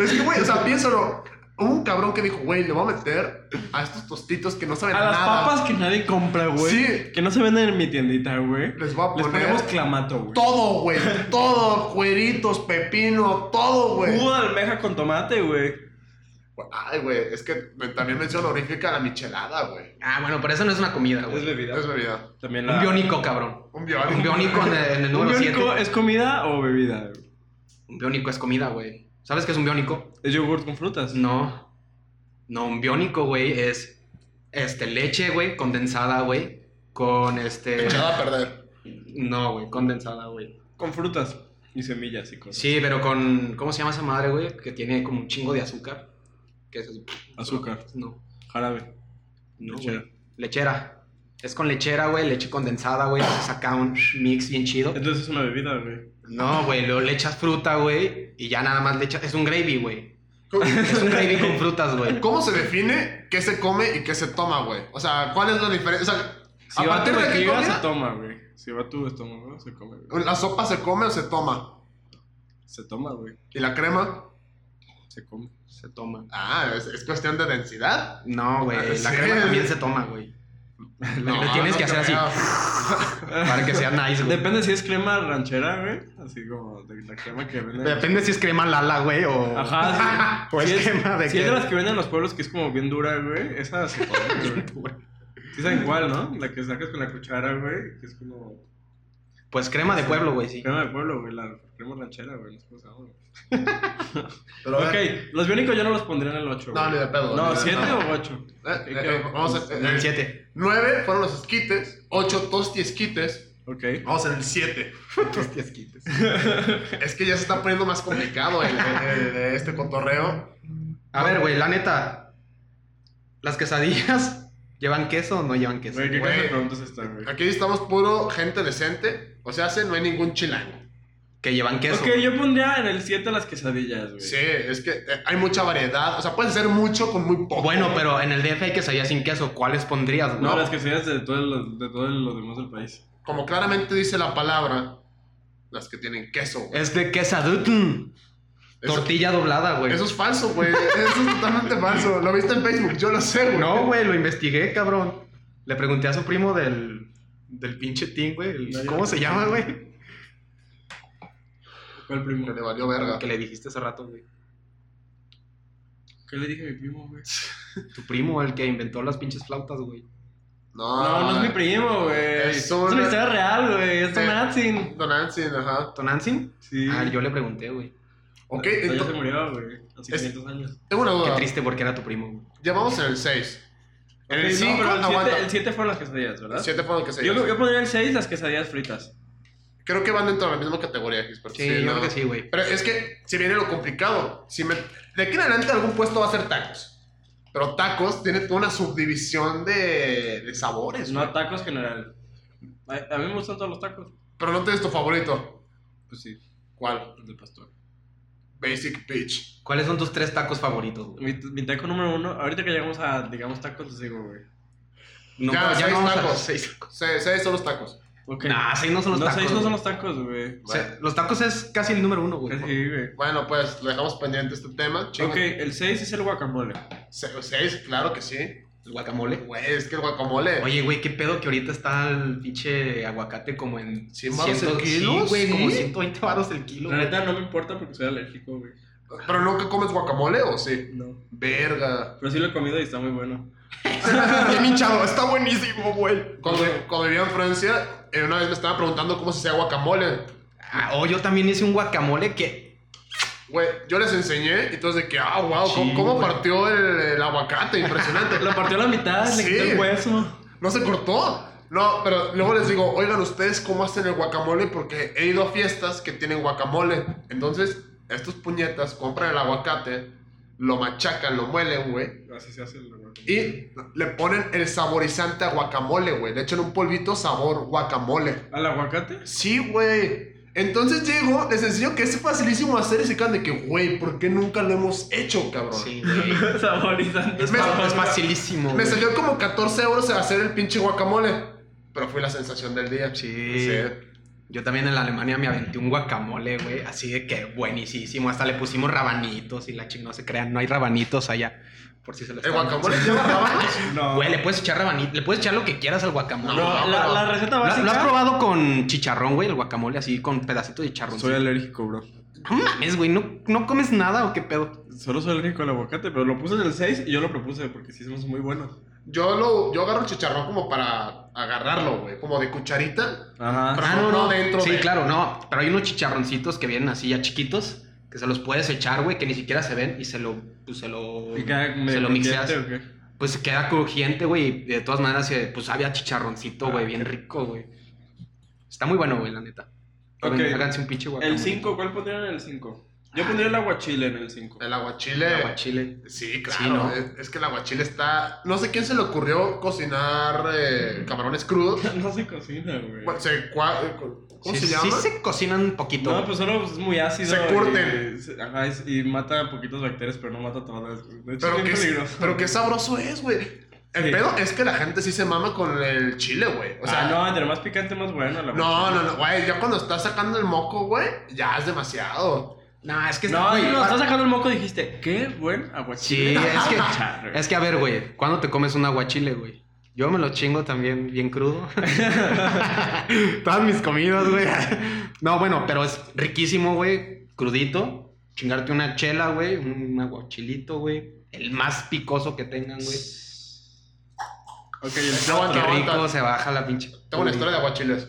[SPEAKER 1] Es que, güey, o sea, piénsalo. Hubo un cabrón que dijo, güey, le voy a meter a estos tostitos que no saben
[SPEAKER 4] A las
[SPEAKER 1] nada.
[SPEAKER 4] papas que nadie compra, güey.
[SPEAKER 1] Sí.
[SPEAKER 4] Que no se venden en mi tiendita, güey.
[SPEAKER 1] Les voy a
[SPEAKER 4] Les
[SPEAKER 1] poner-
[SPEAKER 4] ponemos clamato, güey.
[SPEAKER 1] Todo, güey. Todo, cueritos, pepino, todo, güey.
[SPEAKER 4] Jugo de almeja con tomate, güey.
[SPEAKER 1] Ay, güey, es que me- también menciono honorífica la michelada, güey.
[SPEAKER 3] Ah, bueno, pero eso no es una comida,
[SPEAKER 4] Es
[SPEAKER 3] güey.
[SPEAKER 4] bebida.
[SPEAKER 1] Ah, Es bebida.
[SPEAKER 4] También la...
[SPEAKER 3] Un biónico, cabrón.
[SPEAKER 1] Un biónico.
[SPEAKER 3] Un biónico en el, en el
[SPEAKER 4] ¿Un
[SPEAKER 3] número
[SPEAKER 4] biónico
[SPEAKER 3] 7.
[SPEAKER 4] es comida o bebida?
[SPEAKER 3] Un biónico es comida, güey. ¿Sabes qué es un biónico?
[SPEAKER 4] ¿Es yogurt con frutas?
[SPEAKER 3] Mm. No. No, un biónico, güey, es este, leche, güey, condensada, güey. Con este.
[SPEAKER 1] Echada a perder.
[SPEAKER 3] No, güey, condensada, güey.
[SPEAKER 4] Con frutas y semillas y cosas.
[SPEAKER 3] Sí, pero con. ¿Cómo se llama esa madre, güey? Que tiene como un chingo de azúcar. ¿Qué es eso?
[SPEAKER 4] Azúcar,
[SPEAKER 3] No.
[SPEAKER 4] jarabe.
[SPEAKER 3] No,
[SPEAKER 4] Lechera.
[SPEAKER 3] güey. Lechera. Es con lechera, güey, leche condensada, güey. Se saca un mix bien chido.
[SPEAKER 4] Entonces es una bebida, güey.
[SPEAKER 3] No, güey, luego le echas fruta, güey. Y ya nada más le echas. Es un gravy, güey.
[SPEAKER 1] ¿Cómo,
[SPEAKER 3] Es un gravy con frutas, güey.
[SPEAKER 1] cómo se define qué se come y qué se toma, güey? O sea, ¿cuál es la diferencia? O sea,
[SPEAKER 4] Si
[SPEAKER 1] a
[SPEAKER 4] va a tu
[SPEAKER 1] partir de qué
[SPEAKER 4] vejiga, se
[SPEAKER 1] comida,
[SPEAKER 4] toma, güey. Si va a tu estómago, se come, güey.
[SPEAKER 1] la sopa se come o se toma.
[SPEAKER 4] Se toma, güey.
[SPEAKER 1] ¿Y la crema?
[SPEAKER 4] Se come.
[SPEAKER 3] Se toma.
[SPEAKER 1] Ah, es, es cuestión de densidad.
[SPEAKER 3] No, güey.
[SPEAKER 1] Ah,
[SPEAKER 3] La
[SPEAKER 1] sí.
[SPEAKER 3] crema también se toma, güey.
[SPEAKER 1] No,
[SPEAKER 3] tienes que hacer así.
[SPEAKER 1] creo.
[SPEAKER 3] Para que sea nice, güey.
[SPEAKER 4] Depende si es crema ranchera, güey. Así como de la crema que venden.
[SPEAKER 3] Depende si es crema lala, güey, o.
[SPEAKER 4] Ajá, sí.
[SPEAKER 3] o es
[SPEAKER 4] Si
[SPEAKER 3] crema de
[SPEAKER 4] si
[SPEAKER 3] Pues qué.
[SPEAKER 4] es de las que venden en los pueblos que es como bien dura, güey. Esa se come, güey. Sí saben cuál, ¿no? La que sacas con la cuchara, güey. Que es como...
[SPEAKER 3] Pues crema de pueblo, güey, sí.
[SPEAKER 4] Crema de pueblo, güey. La crema ranchera, güey. No sé cómo se llama, güey.
[SPEAKER 1] Pero, a ver,
[SPEAKER 4] Ok, los biónicos yo no los pondría en el 8.
[SPEAKER 1] No, ni de pedo.
[SPEAKER 4] No,
[SPEAKER 1] ni de
[SPEAKER 4] 7
[SPEAKER 1] pedo.
[SPEAKER 4] o 8.
[SPEAKER 1] Eh, eh, eh, vamos a
[SPEAKER 3] En el 7.
[SPEAKER 1] 9 fueron los esquites, 8 tosti esquites.
[SPEAKER 4] Ok.
[SPEAKER 1] Vamos en el 7. Es que ya se está poniendo más complicado el, el- el- este cotorreo.
[SPEAKER 3] A ver, güey, la neta. Las quesadillas. ¿Llevan queso o no llevan queso?
[SPEAKER 4] Güey, ¿qué clase
[SPEAKER 1] Güey.
[SPEAKER 4] de preguntas están, güey?
[SPEAKER 1] Aquí estamos puro gente decente. O sea, se- no hay ningún chilango.
[SPEAKER 3] Que llevan queso.
[SPEAKER 4] Ok, yo pondría en el 7 las quesadillas, güey.
[SPEAKER 1] Sí, es que eh, hay mucha variedad. O sea, puedes hacer mucho con muy poco.
[SPEAKER 3] Bueno,
[SPEAKER 4] pues,
[SPEAKER 3] pero en el DF hay quesadillas sin queso. ¿Cuáles pondrías, güey?
[SPEAKER 4] No, las quesadillas de todos los, de todos los demás del país.
[SPEAKER 1] Como claramente dice la palabra, las que tienen queso.
[SPEAKER 4] eh,
[SPEAKER 1] güey.
[SPEAKER 3] Es de quesadutn.
[SPEAKER 1] Eso-
[SPEAKER 3] Tortilla doblada, güey.
[SPEAKER 1] Eso es falso, güey. Eso es totalmente falso. Lo viste en Facebook, yo lo sé, güey.
[SPEAKER 3] No, güey, lo investigué, cabrón. Le pregunté a su primo del, del pinche team, güey. el-
[SPEAKER 4] No, ya
[SPEAKER 3] ¿Cómo
[SPEAKER 4] no.
[SPEAKER 3] se llama, güey?
[SPEAKER 4] ¿Cuál primo?
[SPEAKER 1] Que le valió verga.
[SPEAKER 3] Que le dijiste hace rato, güey.
[SPEAKER 4] ¿Qué le dije a mi primo, güey?
[SPEAKER 3] Tu primo, el que inventó las pinches flautas, güey.
[SPEAKER 1] No,
[SPEAKER 4] No, no es mi primo, güey.
[SPEAKER 1] Ah. Es
[SPEAKER 4] Es
[SPEAKER 1] una-
[SPEAKER 4] una historia real, güey. Es
[SPEAKER 1] Sí.
[SPEAKER 4] un Nazi.
[SPEAKER 1] Don Nancy, ajá.
[SPEAKER 3] ¿Tonantzin?
[SPEAKER 4] Sí.
[SPEAKER 3] Ah, yo le pregunté, güey.
[SPEAKER 1] Ok,
[SPEAKER 4] Pero ya se
[SPEAKER 1] entonces,
[SPEAKER 4] murió, güey. Hace
[SPEAKER 1] Es-
[SPEAKER 4] 500 años.
[SPEAKER 1] tengo una
[SPEAKER 3] Qué
[SPEAKER 1] duda.
[SPEAKER 3] triste porque era tu primo, güey.
[SPEAKER 1] Ya vamos en el 6. En
[SPEAKER 4] Ok,
[SPEAKER 1] el
[SPEAKER 4] no,
[SPEAKER 1] 5,
[SPEAKER 4] pero el siete-
[SPEAKER 1] Eh, aguanta.
[SPEAKER 4] El 7 fueron las quesadillas,
[SPEAKER 1] El
[SPEAKER 4] ¿verdad?
[SPEAKER 1] 7 fue lo que se
[SPEAKER 4] Yo,
[SPEAKER 1] hizo.
[SPEAKER 4] yo pondría el 6 las quesadillas fritas.
[SPEAKER 1] Creo que van dentro de la misma categoría, Gis, porque
[SPEAKER 3] Sí, yo
[SPEAKER 1] ¿no?
[SPEAKER 3] creo que sí, güey.
[SPEAKER 1] Pero es que si viene lo complicado, si me... de aquí en adelante algún puesto va a ser tacos. Pero tacos tiene toda una subdivisión de, de sabores.
[SPEAKER 4] No
[SPEAKER 1] güey.
[SPEAKER 4] tacos general. A, a mí me gustan todos los tacos.
[SPEAKER 1] Pero no tienes tu favorito.
[SPEAKER 4] Pues sí,
[SPEAKER 1] ¿Cuál?
[SPEAKER 4] el de pastor.
[SPEAKER 1] Basic Peach.
[SPEAKER 3] ¿Cuáles son tus tres tacos favoritos, güey?
[SPEAKER 4] Mi, mi taco número uno, ahorita que llegamos a, digamos, tacos, les digo, güey.
[SPEAKER 3] No,
[SPEAKER 1] Ya, seis
[SPEAKER 3] vamos a-
[SPEAKER 1] tacos.
[SPEAKER 3] seis tacos.
[SPEAKER 1] Se, se son los tacos.
[SPEAKER 4] Ok.
[SPEAKER 3] Nah, seis no son los
[SPEAKER 4] los
[SPEAKER 3] tacos.
[SPEAKER 4] seis no
[SPEAKER 3] güey.
[SPEAKER 4] son los tacos, güey.
[SPEAKER 3] O sea, los tacos es casi el número uno, güey.
[SPEAKER 4] Casi, güey.
[SPEAKER 1] Bueno, pues lo dejamos pendiente este tema. Chinga.
[SPEAKER 4] Ok, el 6 es el guacamole.
[SPEAKER 1] Se- Seis, claro que sí.
[SPEAKER 3] El guacamole.
[SPEAKER 1] Güey, es que el guacamole.
[SPEAKER 3] Oye, güey, qué pedo que ahorita está el pinche aguacate como en
[SPEAKER 1] ¿Cien varos el
[SPEAKER 3] 100,
[SPEAKER 1] kilo?
[SPEAKER 3] Sí, güey, como
[SPEAKER 1] ¿Sí?
[SPEAKER 3] 120 baros el kilo.
[SPEAKER 4] La
[SPEAKER 3] güey.
[SPEAKER 4] neta no me importa porque soy alérgico, güey.
[SPEAKER 1] ¿Pero nunca comes guacamole o sí?
[SPEAKER 4] No.
[SPEAKER 1] Verga.
[SPEAKER 4] Pero sí lo he comido y está muy bueno.
[SPEAKER 1] Bien hinchado, está buenísimo, güey. Cuando, cuando vivía en Francia, eh, una vez me estaban preguntando cómo se hacía guacamole.
[SPEAKER 3] Ah, oh, yo también hice un guacamole que.
[SPEAKER 1] Güey, yo les enseñé, entonces de que, ah, wow, ¿cómo,
[SPEAKER 3] Sí,
[SPEAKER 1] cómo
[SPEAKER 3] güey.
[SPEAKER 1] partió el, el aguacate? Impresionante.
[SPEAKER 4] Lo partió a la mitad, le
[SPEAKER 1] Sí.
[SPEAKER 4] quitó el hueso.
[SPEAKER 1] no se cortó. No, pero luego les digo, oigan ustedes cómo hacen el guacamole, porque he ido a fiestas que tienen guacamole. Entonces, estos puñetas compran el aguacate, lo machacan, lo muelen, güey.
[SPEAKER 4] Así se hace el guacamole.
[SPEAKER 1] Y le ponen el saborizante a guacamole, güey. Le echan un polvito sabor guacamole.
[SPEAKER 4] ¿Al aguacate?
[SPEAKER 1] Sí, güey. Entonces llego, les enseño que es facilísimo hacer ese can de que, güey, ¿por qué nunca lo hemos hecho, cabrón?
[SPEAKER 3] Sí, güey.
[SPEAKER 4] Saborizante.
[SPEAKER 1] Me-
[SPEAKER 3] Es facilísimo.
[SPEAKER 1] Me
[SPEAKER 3] güey.
[SPEAKER 1] salió como 14 euros hacer el pinche guacamole. Pero fue la sensación del día.
[SPEAKER 3] Sí. Yo también en la Alemania me aventé un guacamole, güey. Así de que buenísimo. Hasta le pusimos rabanitos y la chingada no se crean. No hay rabanitos allá. Por si se lo
[SPEAKER 1] ¿El
[SPEAKER 3] estaban-
[SPEAKER 1] guacamole lleva rabanes?
[SPEAKER 4] No.
[SPEAKER 3] Güey, le puedes echar rabanito, le puedes echar lo que quieras al guacamole.
[SPEAKER 1] No,
[SPEAKER 3] ¿Lo-
[SPEAKER 4] La, la receta
[SPEAKER 3] ¿Lo,
[SPEAKER 4] básica.
[SPEAKER 3] has probado con chicharrón, güey? El guacamole así con pedacitos de chicharrón.
[SPEAKER 4] Soy alérgico, bro.
[SPEAKER 3] No mames, güey, ¿no, ¿no comes nada o qué pedo?
[SPEAKER 4] Solo soy alérgico al aguacate, pero lo puse en el 6 y yo lo propuse porque sí se me hizo muy bueno.
[SPEAKER 1] Yo, lo, yo agarro el chicharrón como para agarrarlo, güey. Como de cucharita.
[SPEAKER 4] Ajá.
[SPEAKER 1] Pero no dentro
[SPEAKER 3] Sí,
[SPEAKER 1] de-
[SPEAKER 3] claro, no. Pero hay unos chicharroncitos que vienen así ya chiquitos que se los puedes echar, güey, que ni siquiera se ven y se lo, pues, se lo,
[SPEAKER 4] ¿Y queda
[SPEAKER 3] se
[SPEAKER 4] medio
[SPEAKER 3] lo mixeas.
[SPEAKER 4] crujiente o qué?
[SPEAKER 3] Pues queda crujiente, güey. y De todas maneras, eh, pues había
[SPEAKER 1] Ah,
[SPEAKER 3] chicharroncito, güey, bien rico, güey. Está muy bueno, güey, la neta.
[SPEAKER 4] Ok.
[SPEAKER 3] Hagan- Háganse un pinche guacamole.
[SPEAKER 4] El 5, ¿cuál pondrían en el 5? Yo pondría el aguachile en el 5.
[SPEAKER 1] El
[SPEAKER 3] El
[SPEAKER 1] aguachile.
[SPEAKER 3] aguachile.
[SPEAKER 1] Sí, claro.
[SPEAKER 3] Sí, ¿no?
[SPEAKER 1] es, es que el aguachile está. No sé quién se le ocurrió cocinar eh, camarones crudos.
[SPEAKER 4] No se cocina, güey.
[SPEAKER 1] Bueno, se cua- eh, ¿Cómo se
[SPEAKER 3] Sí,
[SPEAKER 1] llama?
[SPEAKER 3] Sí se cocinan un poquito.
[SPEAKER 4] No, pues solo es muy ácido.
[SPEAKER 1] Se
[SPEAKER 4] y-
[SPEAKER 1] curten.
[SPEAKER 4] se- Ajá, es- y mata poquitos bacterias, pero no mata todas. De hecho,
[SPEAKER 1] Pero
[SPEAKER 4] es
[SPEAKER 1] qué,
[SPEAKER 4] bien
[SPEAKER 1] es-
[SPEAKER 4] peligroso.
[SPEAKER 1] pero qué sabroso es, güey. El
[SPEAKER 4] Sí.
[SPEAKER 1] pedo es que la gente sí se mama con el chile, güey. O sea,
[SPEAKER 4] ah, no, entre más picante, más bueno. La
[SPEAKER 1] no, no, no, güey. Ya cuando estás sacando el moco, güey, ya es demasiado.
[SPEAKER 3] No, es que está-
[SPEAKER 4] No,
[SPEAKER 3] güey,
[SPEAKER 4] y no,
[SPEAKER 3] pa-
[SPEAKER 4] estás sacando el moco dijiste, qué buen aguachile.
[SPEAKER 3] Sí, es que-
[SPEAKER 4] Charro.
[SPEAKER 3] Es que a ver, güey, ¿cuándo te comes un aguachile, güey? Yo me lo chingo también bien crudo. Todas mis comidas, güey. No, bueno, pero es riquísimo, güey, crudito. Chingarte una chela, güey, un aguachilito, güey. El más picoso que tengan, güey.
[SPEAKER 4] Ok, el
[SPEAKER 1] No,
[SPEAKER 3] Qué
[SPEAKER 1] aguanta, aguanta.
[SPEAKER 3] rico se baja la pinche.
[SPEAKER 1] Tengo una historia de aguachiles.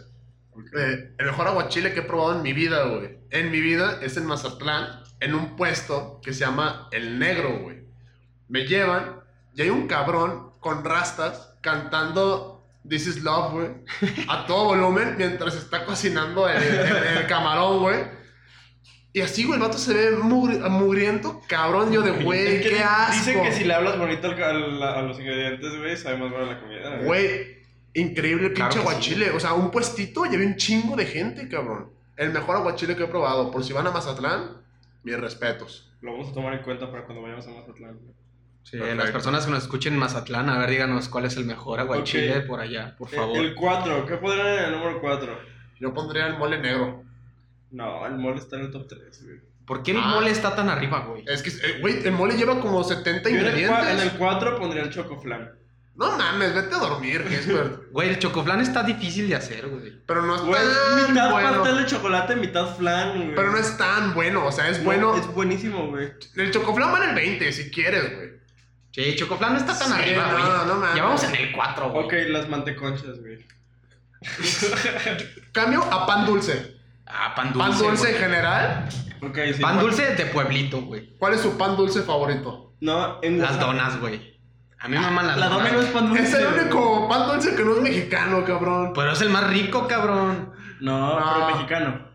[SPEAKER 1] Eh, el mejor aguachile que he probado en mi vida, güey. En mi vida es en Mazatlán, en un puesto que se llama El Negro, güey. Me llevan y hay un cabrón con rastas cantando This is Love, güey. A todo volumen mientras está cocinando el, el- el camarón, güey. Y así, güey, el vato se ve mugri- mugriento, cabrón. Yo de, güey,
[SPEAKER 4] Es que
[SPEAKER 1] qué asco.
[SPEAKER 4] Dicen que si le hablas bonito al, al- a los ingredientes, güey, sabe más buena la comida.
[SPEAKER 1] Güey, increíble el
[SPEAKER 3] Claro
[SPEAKER 1] pinche
[SPEAKER 3] que sí.
[SPEAKER 1] aguachile. O sea, un puestito lleva un chingo de gente, cabrón. El mejor aguachile que he probado. Por si van a Mazatlán, mis respetos.
[SPEAKER 4] Lo vamos a tomar en cuenta para cuando vayamos a Mazatlán. güey.
[SPEAKER 3] Sí,
[SPEAKER 1] Perfecto.
[SPEAKER 3] las personas que nos escuchen en Mazatlán, a ver, díganos cuál es el mejor aguachile
[SPEAKER 4] Ok.
[SPEAKER 3] por allá, por
[SPEAKER 4] Eh,
[SPEAKER 3] favor.
[SPEAKER 4] El 4, ¿qué pondrán en el número 4?
[SPEAKER 1] Yo pondría el mole negro.
[SPEAKER 4] No, el mole está en el top 3, güey.
[SPEAKER 3] ¿Por qué el
[SPEAKER 1] Ah.
[SPEAKER 3] mole está tan arriba, güey?
[SPEAKER 1] Es que, eh, güey, el mole lleva como 70
[SPEAKER 4] Yo en el cua- en
[SPEAKER 1] ingredientes.
[SPEAKER 4] el 4 pondría el chocoflan.
[SPEAKER 1] No mames, vete a dormir, Jesper.
[SPEAKER 3] Güey, el chocoflan está difícil de hacer, güey.
[SPEAKER 1] Pero no es
[SPEAKER 4] Güey,
[SPEAKER 1] tan
[SPEAKER 4] mitad
[SPEAKER 1] Pues, mm, bueno.
[SPEAKER 4] pastel de chocolate, mitad flan, güey.
[SPEAKER 1] Pero no es tan bueno. O sea, es
[SPEAKER 4] No,
[SPEAKER 1] bueno.
[SPEAKER 4] Es buenísimo, güey.
[SPEAKER 1] El chocoflán va en el 20, si quieres, güey.
[SPEAKER 3] Sí, el chocoflan no está tan
[SPEAKER 1] Sí,
[SPEAKER 3] arriba,
[SPEAKER 1] no,
[SPEAKER 3] güey.
[SPEAKER 1] no mames.
[SPEAKER 3] ya vamos en el 4, güey.
[SPEAKER 4] Ok, las manteconchas, güey.
[SPEAKER 1] Cambio a pan dulce.
[SPEAKER 3] Ah, pan dulce.
[SPEAKER 1] Pan dulce en
[SPEAKER 3] güey.
[SPEAKER 1] general.
[SPEAKER 4] Ok, sí.
[SPEAKER 3] Pan
[SPEAKER 4] pa-
[SPEAKER 3] dulce de pueblito, güey.
[SPEAKER 1] ¿Cuál es su pan dulce favorito?
[SPEAKER 4] No, en
[SPEAKER 3] Las
[SPEAKER 4] Oaxaca-
[SPEAKER 3] donas, güey. A mí me maman las
[SPEAKER 4] La
[SPEAKER 3] donas.
[SPEAKER 4] dona no es pan dulce.
[SPEAKER 1] Es el
[SPEAKER 4] güey.
[SPEAKER 1] único pan dulce que no es mexicano, cabrón.
[SPEAKER 3] Pero es el más rico, cabrón.
[SPEAKER 4] No,
[SPEAKER 1] No.
[SPEAKER 4] pero mexicano.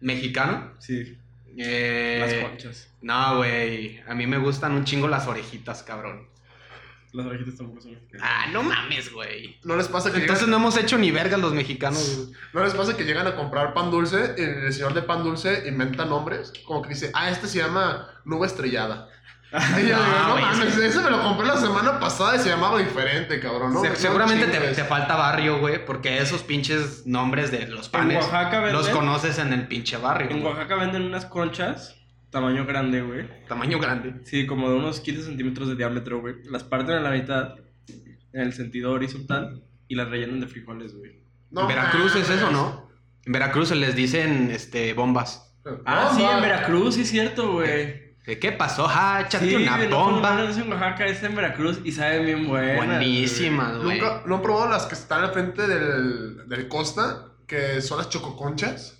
[SPEAKER 3] ¿Mexicano?
[SPEAKER 4] Sí,
[SPEAKER 3] Eh,
[SPEAKER 4] las conchas.
[SPEAKER 3] no, güey. A mí me gustan un chingo las orejitas, cabrón.
[SPEAKER 4] Las orejitas tampoco son mexicanas.
[SPEAKER 3] Ah, no mames, güey.
[SPEAKER 1] ¿No les pasa que
[SPEAKER 3] Entonces no hemos hecho ni vergas los mexicanos. güey.
[SPEAKER 1] ¿No les pasa que llegan a comprar pan dulce y el señor de pan dulce inventa nombres? Como que dice, ah, este se llama nube estrellada. Y yo digo,
[SPEAKER 3] No,
[SPEAKER 1] no
[SPEAKER 3] Ah, güey,
[SPEAKER 1] mames, ese me lo compré la semana pasada y se llamaba diferente, cabrón. ¿no?
[SPEAKER 3] Se-
[SPEAKER 1] No
[SPEAKER 3] seguramente te,
[SPEAKER 1] chingues.
[SPEAKER 3] te falta barrio, güey, porque esos pinches nombres de los panes
[SPEAKER 4] Oaxaca venden-
[SPEAKER 3] los conoces en el pinche barrio.
[SPEAKER 4] En
[SPEAKER 3] güey.
[SPEAKER 4] Oaxaca venden unas conchas, tamaño grande, güey.
[SPEAKER 3] Tamaño grande.
[SPEAKER 4] Sí, como de unos 15 centímetros de diámetro, güey. Las parten a la mitad, en el sentido horizontal, y las rellenan de frijoles, güey.
[SPEAKER 1] No
[SPEAKER 3] en Veracruz es eso,
[SPEAKER 1] mames.
[SPEAKER 3] ¿no? En Veracruz les dicen este bombas.
[SPEAKER 4] Ah,
[SPEAKER 1] No,
[SPEAKER 4] sí,
[SPEAKER 1] no.
[SPEAKER 4] en Veracruz, sí es cierto, güey.
[SPEAKER 3] ¿De ¿Qué pasó? Ja, échate
[SPEAKER 4] Sí,
[SPEAKER 3] una
[SPEAKER 4] güey, no, No,
[SPEAKER 3] bomba.
[SPEAKER 4] no es en Oaxaca, es en Veracruz y sabe bien buena.
[SPEAKER 3] Buenísima, güey.
[SPEAKER 1] ¿Nunca, ¿No han probado las que están al frente del, del Costa? Que son las chococonchas.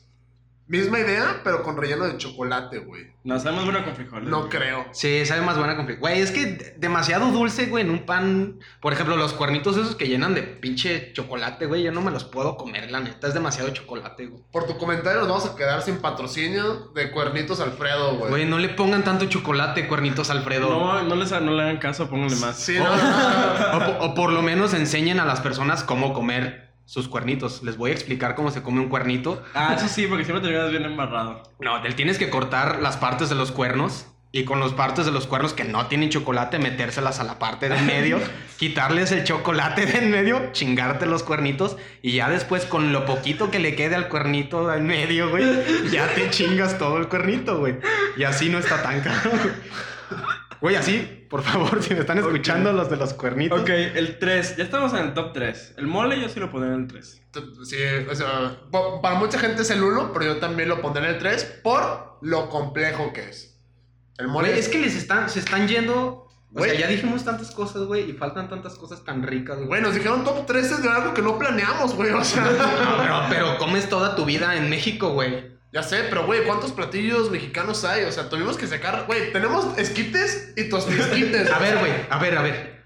[SPEAKER 1] Misma idea, pero con relleno de chocolate, güey.
[SPEAKER 4] No, sabe más buena con frijoles.
[SPEAKER 1] No
[SPEAKER 4] güey.
[SPEAKER 1] creo.
[SPEAKER 3] Sí, sabe más buena con fri- Güey, es que de- demasiado dulce, güey, en un pan. Por ejemplo, los cuernitos esos que llenan de pinche chocolate, güey, yo no me los puedo comer, la neta. Es demasiado chocolate, güey.
[SPEAKER 1] Por tu comentario nos vamos a quedar sin patrocinio de Cuernitos Alfredo, güey.
[SPEAKER 3] Güey, no le pongan tanto chocolate, cuernitos Alfredo.
[SPEAKER 4] No, no, les, no le hagan caso, pónganle más.
[SPEAKER 1] Sí,
[SPEAKER 3] Oh.
[SPEAKER 1] no, no, no.
[SPEAKER 3] O, po- o por lo menos enseñen a las personas cómo comer sus cuernitos. Les voy a explicar cómo se come un cuernito.
[SPEAKER 4] Ah, eso sí, porque siempre terminas bien embarrado.
[SPEAKER 3] No, te tienes que cortar las partes de los cuernos y con las partes de los cuernos que no tienen chocolate, metérselas a la parte de en medio, quitarles el chocolate de en medio, chingarte los cuernitos y ya después con lo poquito que le quede al cuernito de en medio, güey, ya te chingas todo el cuernito, güey. Y así no está tan caro. Güey, así Por favor, si me están
[SPEAKER 4] Ok.
[SPEAKER 3] escuchando los de los cuernitos.
[SPEAKER 4] Ok, el 3. Ya estamos en el top 3. El mole yo sí lo pondría en el 3.
[SPEAKER 1] T- Sí, o sea, pa- para mucha gente es el 1, pero yo también lo pondré en el 3 por lo complejo que es. El mole
[SPEAKER 3] Güey, es que les están, se están yendo. O
[SPEAKER 1] Güey.
[SPEAKER 3] sea, ya dijimos tantas cosas, güey, y faltan tantas cosas tan ricas, güey.
[SPEAKER 1] Güey, nos dijeron top 13 de algo que no planeamos, güey. O sea,
[SPEAKER 3] No, pero, pero comes toda tu vida en México, güey.
[SPEAKER 1] ya sé, pero güey, ¿cuántos platillos mexicanos hay? O sea, tuvimos que sacar. Güey, tenemos esquites y tostisquites.
[SPEAKER 3] A ver, güey, a ver, a ver.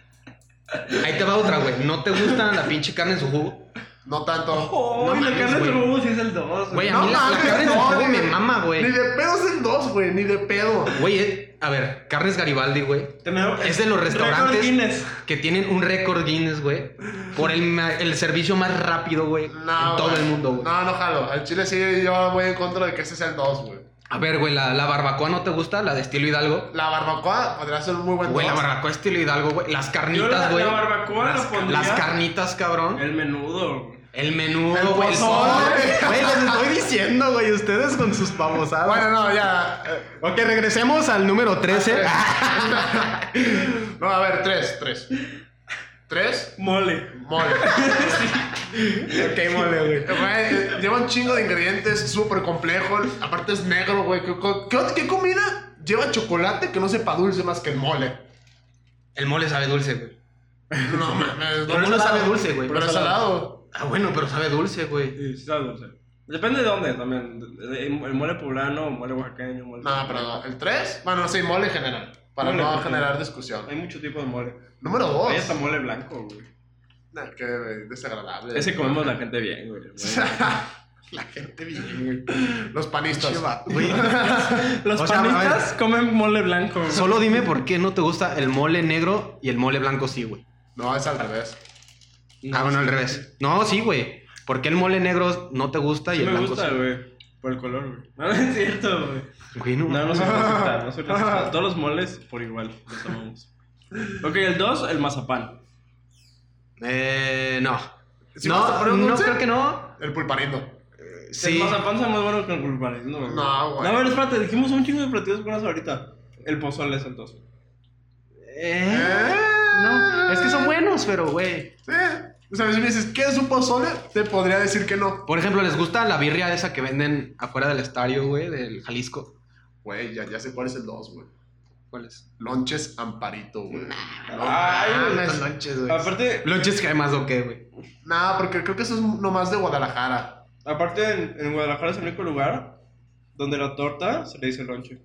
[SPEAKER 3] Ahí te va otra, güey. ¿No te gusta la pinche carne en su jugo?
[SPEAKER 1] No tanto.
[SPEAKER 4] Oh,
[SPEAKER 3] No
[SPEAKER 4] la
[SPEAKER 3] mames,
[SPEAKER 4] carne de
[SPEAKER 3] güey.
[SPEAKER 4] huevo sí es el 2.
[SPEAKER 3] Güey, a mí la, la
[SPEAKER 1] mames,
[SPEAKER 3] carne en su
[SPEAKER 1] no,
[SPEAKER 3] jugo
[SPEAKER 1] güey.
[SPEAKER 3] me mama, güey.
[SPEAKER 1] Ni de pedo es el 2, güey, ni de pedo.
[SPEAKER 3] Güey, eh, a ver, carnes Garibaldi, güey. Es de los restaurantes que tienen un récord Guinness, güey. Por el, ma- el servicio más rápido, güey.
[SPEAKER 1] No,
[SPEAKER 3] en todo
[SPEAKER 1] güey.
[SPEAKER 3] el mundo, güey.
[SPEAKER 1] No, no jalo. Al chile sí yo voy en contra de que ese sea el 2, güey.
[SPEAKER 3] A ver, güey, la, la barbacoa no te gusta, la de estilo Hidalgo.
[SPEAKER 1] La barbacoa podría ser un muy buen
[SPEAKER 3] Güey, la
[SPEAKER 1] 2.
[SPEAKER 3] barbacoa estilo Hidalgo, güey. Las
[SPEAKER 4] Yo la,
[SPEAKER 3] carnitas,
[SPEAKER 4] la
[SPEAKER 3] güey.
[SPEAKER 4] barbacoa
[SPEAKER 3] Las,
[SPEAKER 4] la pondría.
[SPEAKER 3] las carnitas, cabrón.
[SPEAKER 4] El menudo. güey.
[SPEAKER 3] El menudo,
[SPEAKER 1] El
[SPEAKER 3] güey.
[SPEAKER 1] pozole.
[SPEAKER 3] pozole. Güey, les estoy diciendo, güey. Ustedes con sus babosadas.
[SPEAKER 1] Bueno, no, ya. eh,
[SPEAKER 3] ok, regresemos al número Ah. 13.
[SPEAKER 1] Ah, No, a ver, 3, 3. 3,
[SPEAKER 4] Mole.
[SPEAKER 1] mole.
[SPEAKER 3] ok, mole, güey.
[SPEAKER 1] Güey, lleva un chingo de ingredientes súper complejo. Aparte es negro, güey. ¿Qué, qué, qué comida lleva chocolate que no sepa dulce más que el mole?
[SPEAKER 3] El mole sabe dulce, güey.
[SPEAKER 1] No mames.
[SPEAKER 3] Pero no sabe dulce, güey.
[SPEAKER 1] Pero es salado.
[SPEAKER 3] Ah, bueno, pero sabe dulce, güey.
[SPEAKER 4] Sí, sí sabe dulce. Depende de dónde también. El mole poblano, mole oaxaqueño, mole.
[SPEAKER 3] Ah,
[SPEAKER 1] No, pero no. El 3, bueno, sí, mole en general. Para
[SPEAKER 4] Mole,
[SPEAKER 1] no
[SPEAKER 4] porque-
[SPEAKER 1] generar discusión.
[SPEAKER 4] Hay mucho tipo de mole.
[SPEAKER 1] Número
[SPEAKER 3] Oh.
[SPEAKER 4] Hay hasta
[SPEAKER 1] 2.
[SPEAKER 4] mole blanco, güey.
[SPEAKER 1] Nah, qué desagradable.
[SPEAKER 4] Ese comemos la gente bien, güey. Bueno.
[SPEAKER 1] La gente bien, güey. Los panistas.
[SPEAKER 4] Los
[SPEAKER 3] O sea, a ver.
[SPEAKER 4] panistas comen mole blanco. güey.
[SPEAKER 3] Solo dime por qué no te gusta el mole negro y el mole blanco sí, güey.
[SPEAKER 1] No, es al revés.
[SPEAKER 3] Ah, bueno, al revés. No, sí, güey. ¿Por qué el mole negro no te gusta y
[SPEAKER 4] Sí
[SPEAKER 3] el
[SPEAKER 4] me
[SPEAKER 3] blanco
[SPEAKER 4] gusta,
[SPEAKER 3] sí?
[SPEAKER 4] güey. Por el color, güey. No, no es cierto, güey.
[SPEAKER 3] Güey, no.
[SPEAKER 4] No, no soy racista, no soy racista. Todos los moles por igual los amamos. Ok, el 2, el mazapán.
[SPEAKER 3] Eh, no.
[SPEAKER 1] ¿Sí me vas a
[SPEAKER 3] no,
[SPEAKER 1] poner un
[SPEAKER 3] no
[SPEAKER 1] dulce?
[SPEAKER 3] creo que no.
[SPEAKER 1] El pulparindo.
[SPEAKER 3] Sí.
[SPEAKER 4] El mazapán es más bueno que el culpares, ¿no? güey?
[SPEAKER 1] No, güey.
[SPEAKER 4] No, a ver, espérate, dijimos un chingo de platillos buenos ahorita. El pozole es el 2.
[SPEAKER 3] Eh, No, es que son buenos, pero, güey.
[SPEAKER 1] Sí. O sea, si me dices, ¿qué es un pozole? Te podría decir que no.
[SPEAKER 3] Por ejemplo, ¿les gusta la birria esa que venden afuera del estadio, güey, del Jalisco?
[SPEAKER 1] Güey, ya, ya sé cuál es el 2, güey.
[SPEAKER 3] ¿Cuál es?
[SPEAKER 1] Lonches Amparito, güey. Ah, No,
[SPEAKER 4] Ay,
[SPEAKER 1] mames.
[SPEAKER 3] Los lonches, güey.
[SPEAKER 4] Aparte,
[SPEAKER 3] Lonches que más o qué, güey.
[SPEAKER 1] Nah, porque creo que eso es nomás de Guadalajara.
[SPEAKER 4] aparte en, en Guadalajara es el único lugar donde la torta se le dice lonche.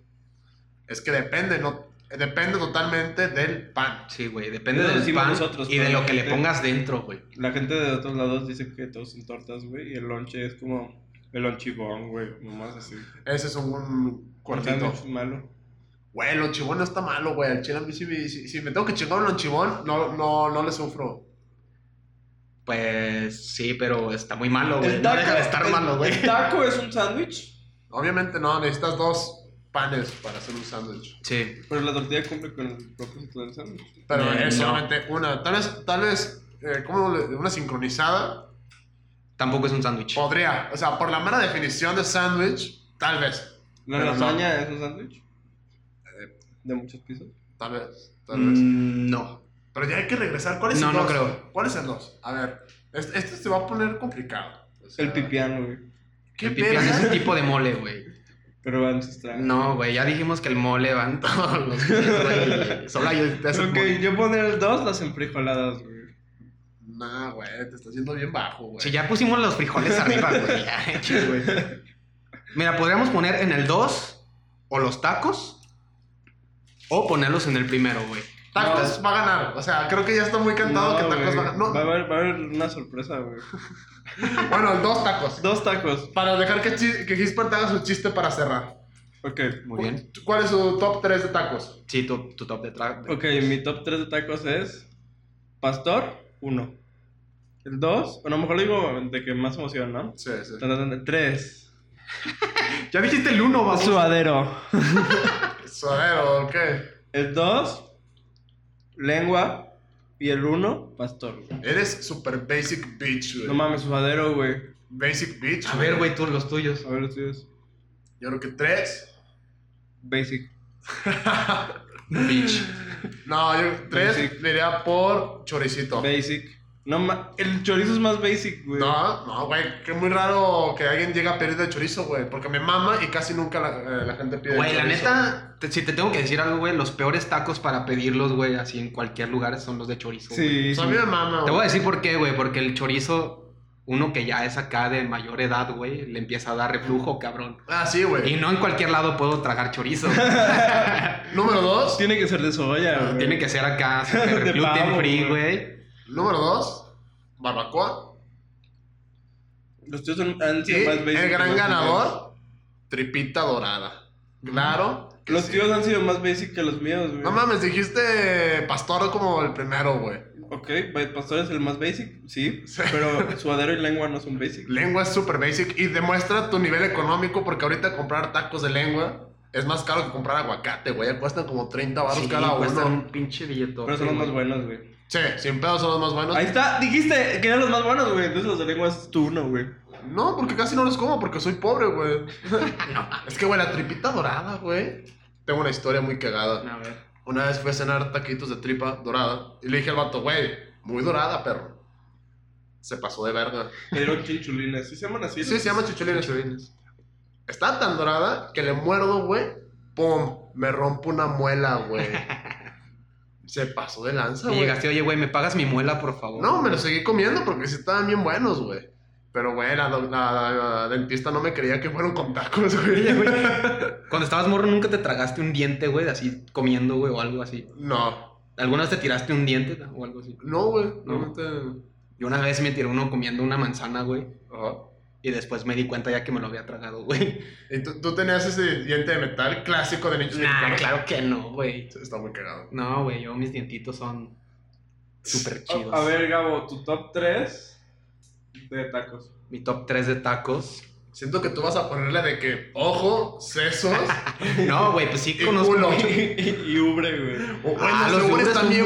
[SPEAKER 1] Es que depende, no. Depende totalmente del pan.
[SPEAKER 3] Sí, güey, depende
[SPEAKER 4] Eso
[SPEAKER 3] del
[SPEAKER 4] decimos
[SPEAKER 3] pan
[SPEAKER 4] nosotros,
[SPEAKER 3] y de lo que le
[SPEAKER 4] probablemente.
[SPEAKER 3] pongas dentro, güey.
[SPEAKER 4] La gente de otros lados dice que todos son tortas, güey, y el lonche es como el lonchibón, güey, nomás así.
[SPEAKER 1] Ese es un, un cortito.
[SPEAKER 4] Sándwich malo.
[SPEAKER 1] Güey, el lonchibón no está malo, güey. Al chile, a mí si, me- si- si me tengo que chingar un lonchibón, no, no, no le sufro.
[SPEAKER 3] Pues sí, pero está muy malo, güey. No deja de estar
[SPEAKER 4] el-
[SPEAKER 3] malo, güey.
[SPEAKER 4] el taco es un sándwich,
[SPEAKER 1] Obviamente no, necesitas dos panes para hacer un sándwich.
[SPEAKER 3] Sí.
[SPEAKER 4] pero la tortilla cumple con el propósito del sándwich.
[SPEAKER 1] Pero
[SPEAKER 3] Eh,
[SPEAKER 1] es
[SPEAKER 3] no.
[SPEAKER 1] solamente una. Tal vez, tal vez eh, como le- una sincronizada
[SPEAKER 3] Tampoco es un sándwich.
[SPEAKER 1] podría. O sea, por la mera definición de sándwich, tal vez.
[SPEAKER 4] ¿La
[SPEAKER 1] Pero Eh, no.
[SPEAKER 4] lasaña es un sándwich? ¿De muchos pisos?
[SPEAKER 1] Tal vez. Tal vez.
[SPEAKER 3] Mm, No.
[SPEAKER 1] Pero ya hay que regresar. ¿Cuál es
[SPEAKER 3] No,
[SPEAKER 1] el
[SPEAKER 3] no
[SPEAKER 1] dos?
[SPEAKER 3] creo.
[SPEAKER 1] ¿Cuál es el dos? A ver, este, este se va a poner complicado. O sea,
[SPEAKER 4] El pipián, güey.
[SPEAKER 1] ¿Qué
[SPEAKER 3] El pipián es
[SPEAKER 1] verga?
[SPEAKER 3] un tipo de mole, güey.
[SPEAKER 4] Pero ancestral.
[SPEAKER 3] No, güey, ya dijimos que el mole van todos los pies, güey. Solo hay un es el
[SPEAKER 4] Ok,
[SPEAKER 3] mole.
[SPEAKER 4] yo pondré el 2, las enfrijoladas, güey.
[SPEAKER 1] Nah, güey, te estás yendo bien bajo, güey.
[SPEAKER 3] Sí, ya pusimos los frijoles arriba, güey. Ya, chis, güey. Mira, podríamos poner en el 2 o los tacos o ponerlos en el primero, güey.
[SPEAKER 1] Tacos va a ganar. O sea, creo que ya está muy cantado que tacos
[SPEAKER 4] güey.
[SPEAKER 1] va a ganar. No,
[SPEAKER 4] Va, a haber, va a haber una sorpresa, güey.
[SPEAKER 1] bueno, dos tacos.
[SPEAKER 4] Dos tacos.
[SPEAKER 1] Para dejar que, chi- que Gispert haga su chiste para cerrar.
[SPEAKER 4] Ok.
[SPEAKER 3] Muy bien.
[SPEAKER 1] ¿Cuál es su top 3 de tacos?
[SPEAKER 3] Sí, tu, tu top de tra-
[SPEAKER 4] Ok, mi top 3 de tacos es Pastor, 1. El 2, bueno, a lo mejor lo digo de que más emoción, ¿no?
[SPEAKER 1] Sí, sí.
[SPEAKER 4] 3.
[SPEAKER 3] Ya dijiste el 1, vas
[SPEAKER 4] Suadero.
[SPEAKER 1] Suadero, ¿qué?
[SPEAKER 4] El 2, lengua. Y el 1, pastor. güey.
[SPEAKER 1] Eres super basic bitch, güey.
[SPEAKER 4] No mames, suadero, güey.
[SPEAKER 1] Basic bitch.
[SPEAKER 3] A ver, güey, tú los tuyos.
[SPEAKER 4] A ver, los tuyos.
[SPEAKER 1] Yo creo que 3.
[SPEAKER 4] Basic.
[SPEAKER 3] Bitch.
[SPEAKER 1] No, yo tres
[SPEAKER 4] Basic.
[SPEAKER 1] le iría por choricito.
[SPEAKER 4] Basic. No, ma- el chorizo es más basic, güey.
[SPEAKER 1] No, no, güey, que es muy raro que alguien llegue a pedir de chorizo, güey, porque me mama y casi nunca la, eh, la gente pide
[SPEAKER 3] Güey, la
[SPEAKER 1] chorizo.
[SPEAKER 3] neta, te- si te tengo que decir algo, güey, los peores tacos para pedirlos, güey, así en cualquier lugar son los de chorizo. güey.
[SPEAKER 4] Sí,
[SPEAKER 1] O
[SPEAKER 4] sí.
[SPEAKER 1] sea, a mí me mama,
[SPEAKER 3] Te voy a
[SPEAKER 1] güey.
[SPEAKER 3] decir por qué, güey, porque el chorizo, uno que ya es acá de mayor edad, güey, le empieza a dar reflujo, cabrón.
[SPEAKER 1] Ah, sí,
[SPEAKER 3] Y
[SPEAKER 1] güey.
[SPEAKER 3] no en cualquier lado puedo tragar chorizo.
[SPEAKER 1] Número dos.
[SPEAKER 4] Tiene que ser de
[SPEAKER 1] Ah,
[SPEAKER 4] soya, güey.
[SPEAKER 3] Tiene que ser acá
[SPEAKER 4] De
[SPEAKER 3] super gluten
[SPEAKER 4] pavo,
[SPEAKER 3] free,
[SPEAKER 4] güey.
[SPEAKER 3] güey.
[SPEAKER 1] Número dos. Barbacoa.
[SPEAKER 4] Los tuyos son, han
[SPEAKER 1] Y
[SPEAKER 4] sido más basic.
[SPEAKER 1] el
[SPEAKER 4] que
[SPEAKER 1] gran
[SPEAKER 4] los
[SPEAKER 1] ganador, tripita dorada. Claro.
[SPEAKER 4] míos.
[SPEAKER 1] que
[SPEAKER 4] Los
[SPEAKER 1] sí.
[SPEAKER 4] tuyos han sido más basic que los míos, güey.
[SPEAKER 1] No mames, dijiste pastor como el primero, güey.
[SPEAKER 4] Ok, pa- pastor es el más basic, sí. Pero sudadero y lengua no son basic.
[SPEAKER 1] Lengua es super basic y demuestra tu nivel económico porque ahorita comprar tacos de lengua es más caro que comprar aguacate, güey. Cuestan como 30 baros
[SPEAKER 3] Sí,
[SPEAKER 1] cada
[SPEAKER 3] cuestan
[SPEAKER 1] uno.
[SPEAKER 3] un pinche billetote.
[SPEAKER 4] Pero son los
[SPEAKER 3] güey.
[SPEAKER 4] más buenos, güey.
[SPEAKER 1] Sí, sin pedos son los más buenos.
[SPEAKER 4] Ahí está, dijiste que eran los más buenos, güey. Entonces los de lengua es tu uno, güey.
[SPEAKER 1] No, porque casi no los como porque soy pobre, güey. es que, güey, la tripita dorada, güey. Tengo una historia muy cagada.
[SPEAKER 3] A ver.
[SPEAKER 1] Una vez fui a cenar taquitos de tripa dorada y le dije al vato, güey, muy dorada, perro. Se pasó de verga.
[SPEAKER 4] Me dieron chinchulines. ¿Sí se llaman así?
[SPEAKER 1] Sí, se llama chichulines. Está tan dorada que le muerdo, güey. ¡Pum! Me rompo una muela, güey. Se pasó de lanza,
[SPEAKER 3] Y
[SPEAKER 1] güey.
[SPEAKER 3] llegaste, oye, güey, ¿me pagas mi muela, por favor?
[SPEAKER 1] No, me los seguí comiendo porque sí estaban bien buenos, güey. Pero, güey, la, do- la- la- la dentista no me creía que fueron con tacos, güey.
[SPEAKER 3] Cuando estabas morro, ¿nunca te tragaste un diente, güey? Así, comiendo, güey, o algo así.
[SPEAKER 1] No,
[SPEAKER 3] ¿Alguna vez te tiraste un diente o algo así?
[SPEAKER 1] no, güey.
[SPEAKER 3] No.
[SPEAKER 1] No.
[SPEAKER 3] Yo una vez me tiré uno comiendo una manzana, güey.
[SPEAKER 1] Ajá.
[SPEAKER 3] Y después me di cuenta ya que me lo había tragado, güey.
[SPEAKER 1] ¿Y tú, tú tenías ese diente de metal clásico de niños
[SPEAKER 3] Nah,
[SPEAKER 1] mexicanos?
[SPEAKER 3] claro que no, güey.
[SPEAKER 1] Está muy cagado.
[SPEAKER 3] No, güey, yo mis dientitos son súper chidos.
[SPEAKER 4] A, a ver, Gabo, tu top 3 de tacos.
[SPEAKER 3] Mi top 3 de tacos.
[SPEAKER 1] Siento que tú vas a ponerle de que ojo, sesos.
[SPEAKER 3] No, güey, pues sí
[SPEAKER 1] Y
[SPEAKER 3] conozco.
[SPEAKER 1] culo.
[SPEAKER 4] y ubre, güey.
[SPEAKER 1] o
[SPEAKER 3] Ah,
[SPEAKER 1] los yogures
[SPEAKER 3] los yogures
[SPEAKER 1] están
[SPEAKER 3] son
[SPEAKER 1] bien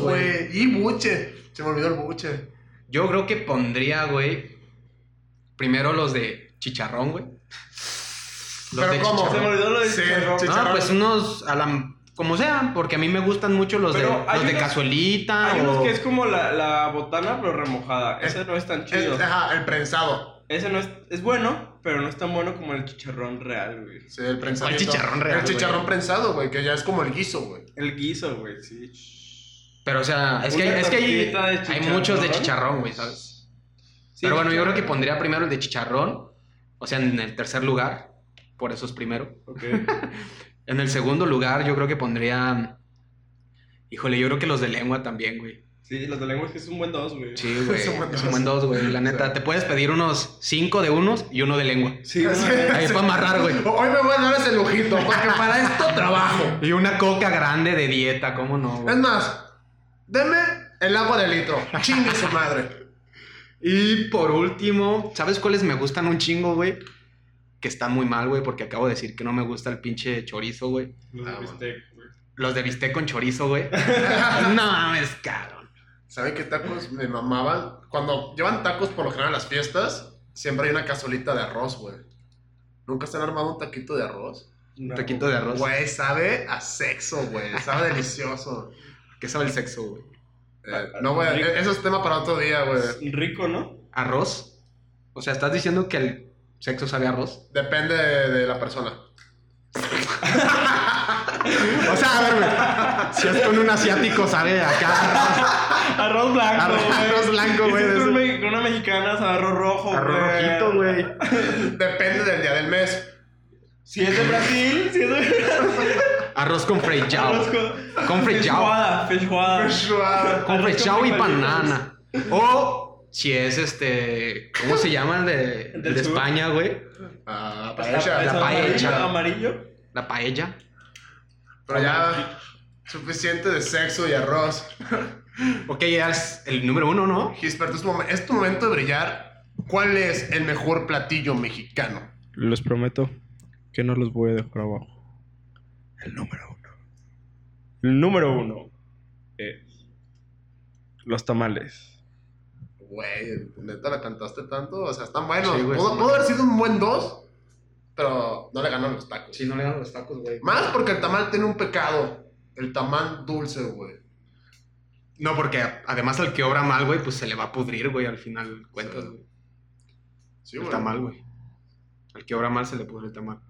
[SPEAKER 1] buenos, güey. Y buche. Se me olvidó el buche.
[SPEAKER 3] Yo creo que pondría, güey, primero los de chicharrón, güey. Los
[SPEAKER 1] Pero
[SPEAKER 3] de
[SPEAKER 1] ¿cómo?
[SPEAKER 4] Se me
[SPEAKER 3] chicharrón.
[SPEAKER 4] olvidó lo de
[SPEAKER 1] Sí,
[SPEAKER 4] chicharrón.
[SPEAKER 1] sí.
[SPEAKER 3] No,
[SPEAKER 1] chicharrón.
[SPEAKER 3] pues unos a la como sea, porque a mí me gustan mucho los
[SPEAKER 4] Pero
[SPEAKER 3] de
[SPEAKER 4] hay
[SPEAKER 3] los de
[SPEAKER 4] unos-
[SPEAKER 3] cazuelita
[SPEAKER 4] Hay
[SPEAKER 3] o
[SPEAKER 4] unos que Ah, es como la, la botana, pero remojada. Ese no es tan
[SPEAKER 1] Es-
[SPEAKER 4] chido.
[SPEAKER 1] ajá, el prensado.
[SPEAKER 4] Ese no es, es bueno, pero no es tan bueno como el chicharrón real, güey.
[SPEAKER 1] Sí, el prensado.
[SPEAKER 3] chicharrón real,
[SPEAKER 1] El
[SPEAKER 3] güey?
[SPEAKER 1] chicharrón prensado, güey, que ya es como el guiso, güey.
[SPEAKER 4] El guiso, güey, sí.
[SPEAKER 3] pero o sea, es que
[SPEAKER 4] Una
[SPEAKER 3] es que hay,
[SPEAKER 4] tortita de
[SPEAKER 3] hay muchos de
[SPEAKER 4] chicharrón.
[SPEAKER 3] chicharrón, güey, ¿sabes?
[SPEAKER 4] Sí,
[SPEAKER 3] pero bueno, yo creo que
[SPEAKER 4] chicharrón.
[SPEAKER 3] pondría primero el de chicharrón, o sea, en el tercer lugar, por eso es primero.
[SPEAKER 4] Ok.
[SPEAKER 3] En el segundo lugar, yo creo que pondría Híjole, yo creo que los de lengua también, güey.
[SPEAKER 4] Sí, los de lengua es que es un buen dos, güey.
[SPEAKER 3] Sí, güey.
[SPEAKER 1] Es un buen
[SPEAKER 3] Es
[SPEAKER 1] dos.
[SPEAKER 3] un buen dos, güey. La
[SPEAKER 1] Sí.
[SPEAKER 3] neta, te puedes pedir unos cinco de unos y uno de lengua.
[SPEAKER 4] Sí, güey.
[SPEAKER 3] Ahí es para amarrar, güey.
[SPEAKER 1] Hoy me voy a dar ese lujito, porque para esto trabajo.
[SPEAKER 3] Y una coca grande de dieta, ¿cómo no,
[SPEAKER 1] Es
[SPEAKER 3] güey?
[SPEAKER 1] más, deme el agua de litro. Chingue su madre.
[SPEAKER 3] Y por último, ¿sabes cuáles me gustan un chingo, güey? Que están muy mal, güey, porque acabo de decir que no me gusta el pinche chorizo, güey.
[SPEAKER 4] Los
[SPEAKER 1] Ah,
[SPEAKER 4] de
[SPEAKER 1] bueno.
[SPEAKER 4] bistec, güey.
[SPEAKER 3] Los de bistec con chorizo, güey. No mames, cabrón.
[SPEAKER 1] ¿Saben qué tacos me mamaban? Cuando llevan tacos por lo general a las fiestas, siempre hay una cazuelita de arroz, güey. ¿Nunca se han armado un taquito de arroz?
[SPEAKER 3] Un
[SPEAKER 4] No.
[SPEAKER 3] taquito de arroz.
[SPEAKER 1] Güey, sabe a sexo, güey. Sabe delicioso.
[SPEAKER 3] ¿Qué sabe el sexo, güey?
[SPEAKER 1] Eh, no, güey, eh, eso es tema para otro día, güey.
[SPEAKER 4] Rico, ¿no?
[SPEAKER 3] ¿Arroz? O sea, ¿estás diciendo que el sexo sabe a arroz?
[SPEAKER 1] Depende de, de la persona.
[SPEAKER 3] O sea, a ver, güey. Si es con un asiático, sabe acá.
[SPEAKER 4] Arroz blanco,
[SPEAKER 3] Arroz-
[SPEAKER 4] güey.
[SPEAKER 3] arroz blanco,
[SPEAKER 4] Y
[SPEAKER 3] güey,
[SPEAKER 4] si es
[SPEAKER 3] de
[SPEAKER 4] con
[SPEAKER 3] eso.
[SPEAKER 4] me- con una mexicana, es arroz rojo, güey.
[SPEAKER 3] Arroz rojito, güey.
[SPEAKER 1] Depende del día del mes.
[SPEAKER 4] Si es de Brasil, si es de
[SPEAKER 3] Arroz con
[SPEAKER 4] arroz
[SPEAKER 3] frechao.
[SPEAKER 4] con...
[SPEAKER 3] Con frechao.
[SPEAKER 4] Feijoada, feijoada.
[SPEAKER 1] Joshua.
[SPEAKER 3] Con frechao y
[SPEAKER 4] Arroz con
[SPEAKER 3] banana. O si es este. ¿Cómo se llama el de, el
[SPEAKER 4] del
[SPEAKER 3] de
[SPEAKER 4] sur.
[SPEAKER 3] España, güey?
[SPEAKER 1] Ah,
[SPEAKER 4] Está-
[SPEAKER 1] paella.
[SPEAKER 4] es
[SPEAKER 3] la paella.
[SPEAKER 4] Amarillo.
[SPEAKER 3] La paella.
[SPEAKER 1] Pero ya, suficiente de sexo y arroz.
[SPEAKER 3] Ok, ya es el número uno, ¿no?
[SPEAKER 1] Gisper, es, tu momen- es tu momento de brillar. ¿Cuál es el mejor platillo mexicano?
[SPEAKER 4] Les prometo que no los voy a dejar abajo. El número uno. El número uno es los tamales.
[SPEAKER 1] Güey, neta, la cantaste tanto. O sea, están buenos.
[SPEAKER 3] Sí, güey,
[SPEAKER 1] pudo,
[SPEAKER 3] sí.
[SPEAKER 1] pudo haber sido un buen dos, pero no le ganaron los tacos.
[SPEAKER 3] no le dan los tacos, güey.
[SPEAKER 1] Más porque el tamal tiene un pecado. El tamal dulce, güey.
[SPEAKER 3] No, porque a- además al que obra mal, güey, pues se le va a pudrir, güey, al final cuentas,
[SPEAKER 1] Sí,
[SPEAKER 3] güey.
[SPEAKER 1] Sí,
[SPEAKER 3] el
[SPEAKER 1] güey.
[SPEAKER 3] tamal, güey. Al que obra mal se le pudre el tamal.